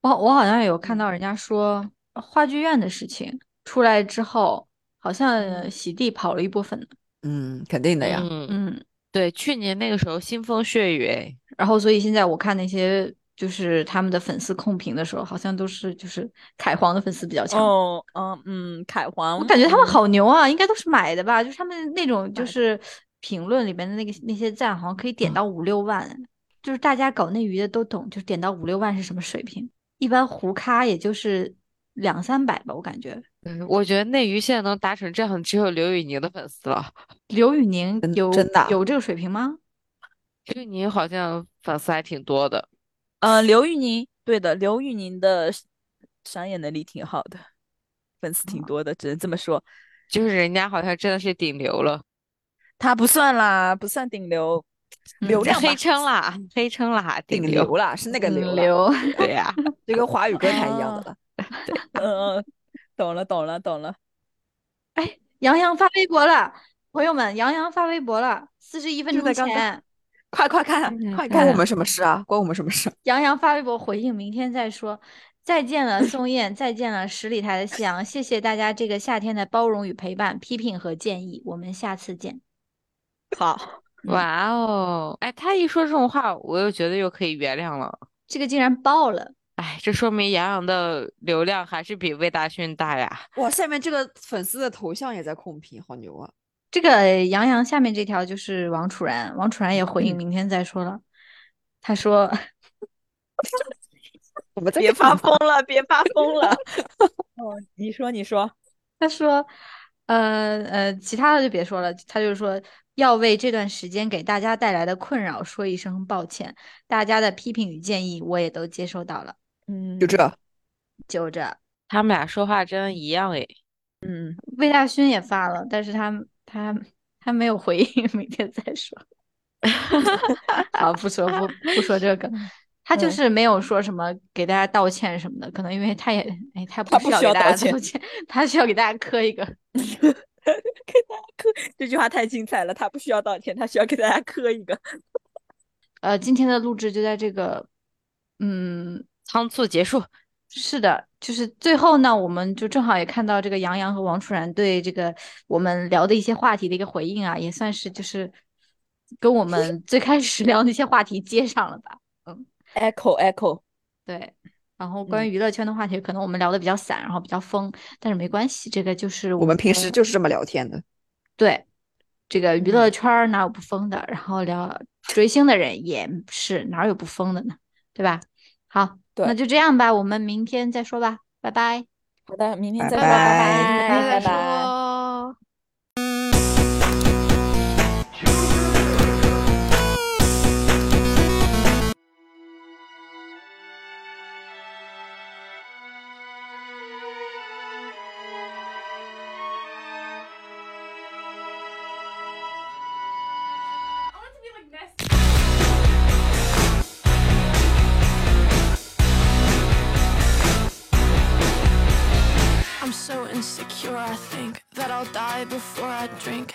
我我好像有看到人家说呃话剧院的事情出来之后，好像喜地跑了一波粉，
嗯，肯定的呀。
嗯，
嗯，
对，去年那个时候腥风血雨，哎
然后所以现在我看那些就是他们的粉丝控评的时候，好像都是就是凯皇的粉丝比较强。
哦，嗯嗯，凯皇，
我感觉他们
嗯
好牛啊，应该都是买的吧？就是他们那种就
买的嗯
是评论里面的那个那些赞，好像可以点到五六万，就是大家搞内娱的都懂，就是点到五六万是什么水平？一般胡咖也就是两三百吧，我感觉。
嗯我觉得内娱现在能达成这样，只有刘宇宁的粉丝了。
刘宇宁
真
有
真的啊
有这个水平吗？
刘宇宁好像粉丝还挺多的。
呃，刘玉宁，对的，刘玉宁的商业能力挺好的，粉丝挺
哦
多的，只能这么说。
就是人家好像真的是顶流了，
他不算啦，不算顶流，
嗯
流
这
量吧
黑称啦，黑称啦，
顶
流。
流啦，是那
嗯
个流啦， 啊
刘，
对啊呀、
就跟华语歌坛一样的了。
嗯嗯，懂了懂了懂了。
杨洋发微博了，朋友们，杨洋发微博了，四十一分
就
钟
在刚刚
前，
快快看啊
看看，
快
看
关我们什么事啊？关我们什么事？
杨洋发微博回应，明天再说。再见了，宋焰，再见了，十里台的夕阳，谢谢大家这个夏天的包容与陪伴、批评和建议，我们下次见。
好，
哇哦！哎，他一说这种话，我又觉得又可以原谅了。
这个竟然爆了，
哎，这说明杨洋的流量还是比魏大勋大呀。
哇，下面这个粉丝的头像也在控评，好牛啊！
这个杨洋下面这条就是王楚然，王楚然也
嗯
回应，明天再说了。他说。
我们在
别
干
发
嘛
疯了，别发疯了。 哦， 你说你说，
他说，呃呃，其他的就别说了，他就说要为这段时间给大家带来的困扰说一声抱歉，大家的批评与建议我也都接收到了，
嗯，
就这，
就这。
他们俩说话真的一样哎。
嗯，
魏大勋也发了，但是他他他没有回应，明天再说。 好，不说不不说这个。他就
嗯
是没有说什么给大家道歉什么的，可能因为他也，哎，他
他
不
不
需要给
需要
大
道
家
歉
道歉， 他需要给大家磕一个。
给大家磕这句话太精彩了，他不需要道歉，他需要给大家磕一个。
呃，今天的录制就在这个，嗯，
仓促结束，
是的，就是最后呢，我们就正好也看到这个杨洋和王楚然对这个我们聊的一些话题的一个回应啊，也算是就是跟我们最开始 聊那些话题接上了吧。
Echo Echo，
对，然后
嗯
关于娱乐圈的话题，可能我们聊的比较散，然后比较疯，但是没关系，这个就是
我们平时嗯
的
就是这么聊天的。
对这个娱乐圈儿哪有不疯的，然后聊追星的人也是哪有不疯的呢，对吧？好，那
对
就这样吧，我们明天再说吧，拜拜。
好的，明天再
拜
说，
拜
拜
再
拜拜拜。
说。
I'm so insecure, I think that I'll die before I drink.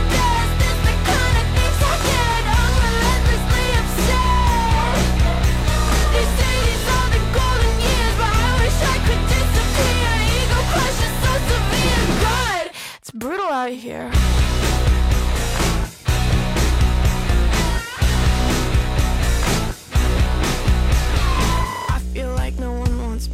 best. That's the kind of things I get. I'm relentlessly upset. They say these are the golden years, but I wish I could disappear. Ego crushes so severe. God, it's brutal out here. I feel like no one wants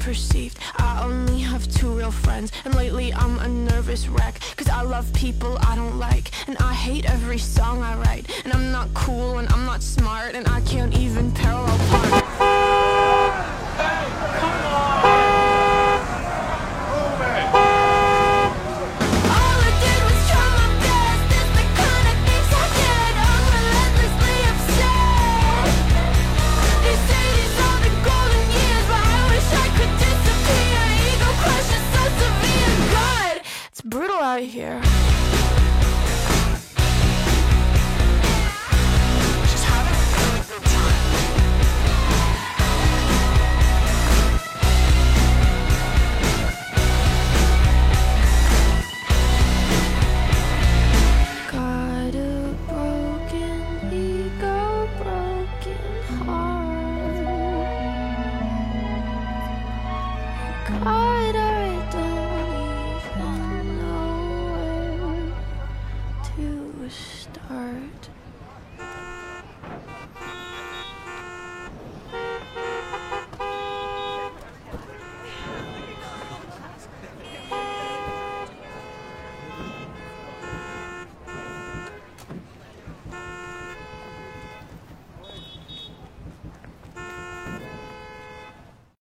perceived. I only have two real friends, and lately I'm a nervous wreck. Cause I love people I don't like, and I hate every song I write. And I'm not cool, and I'm not smart, and I can't even parallel park. All I did was try my best. That's the kind of things I did. I'm relentlessly obsessed. They say these are the golden years, but I wish I could disappear. Ego crushes so severe. God, it's brutal out here.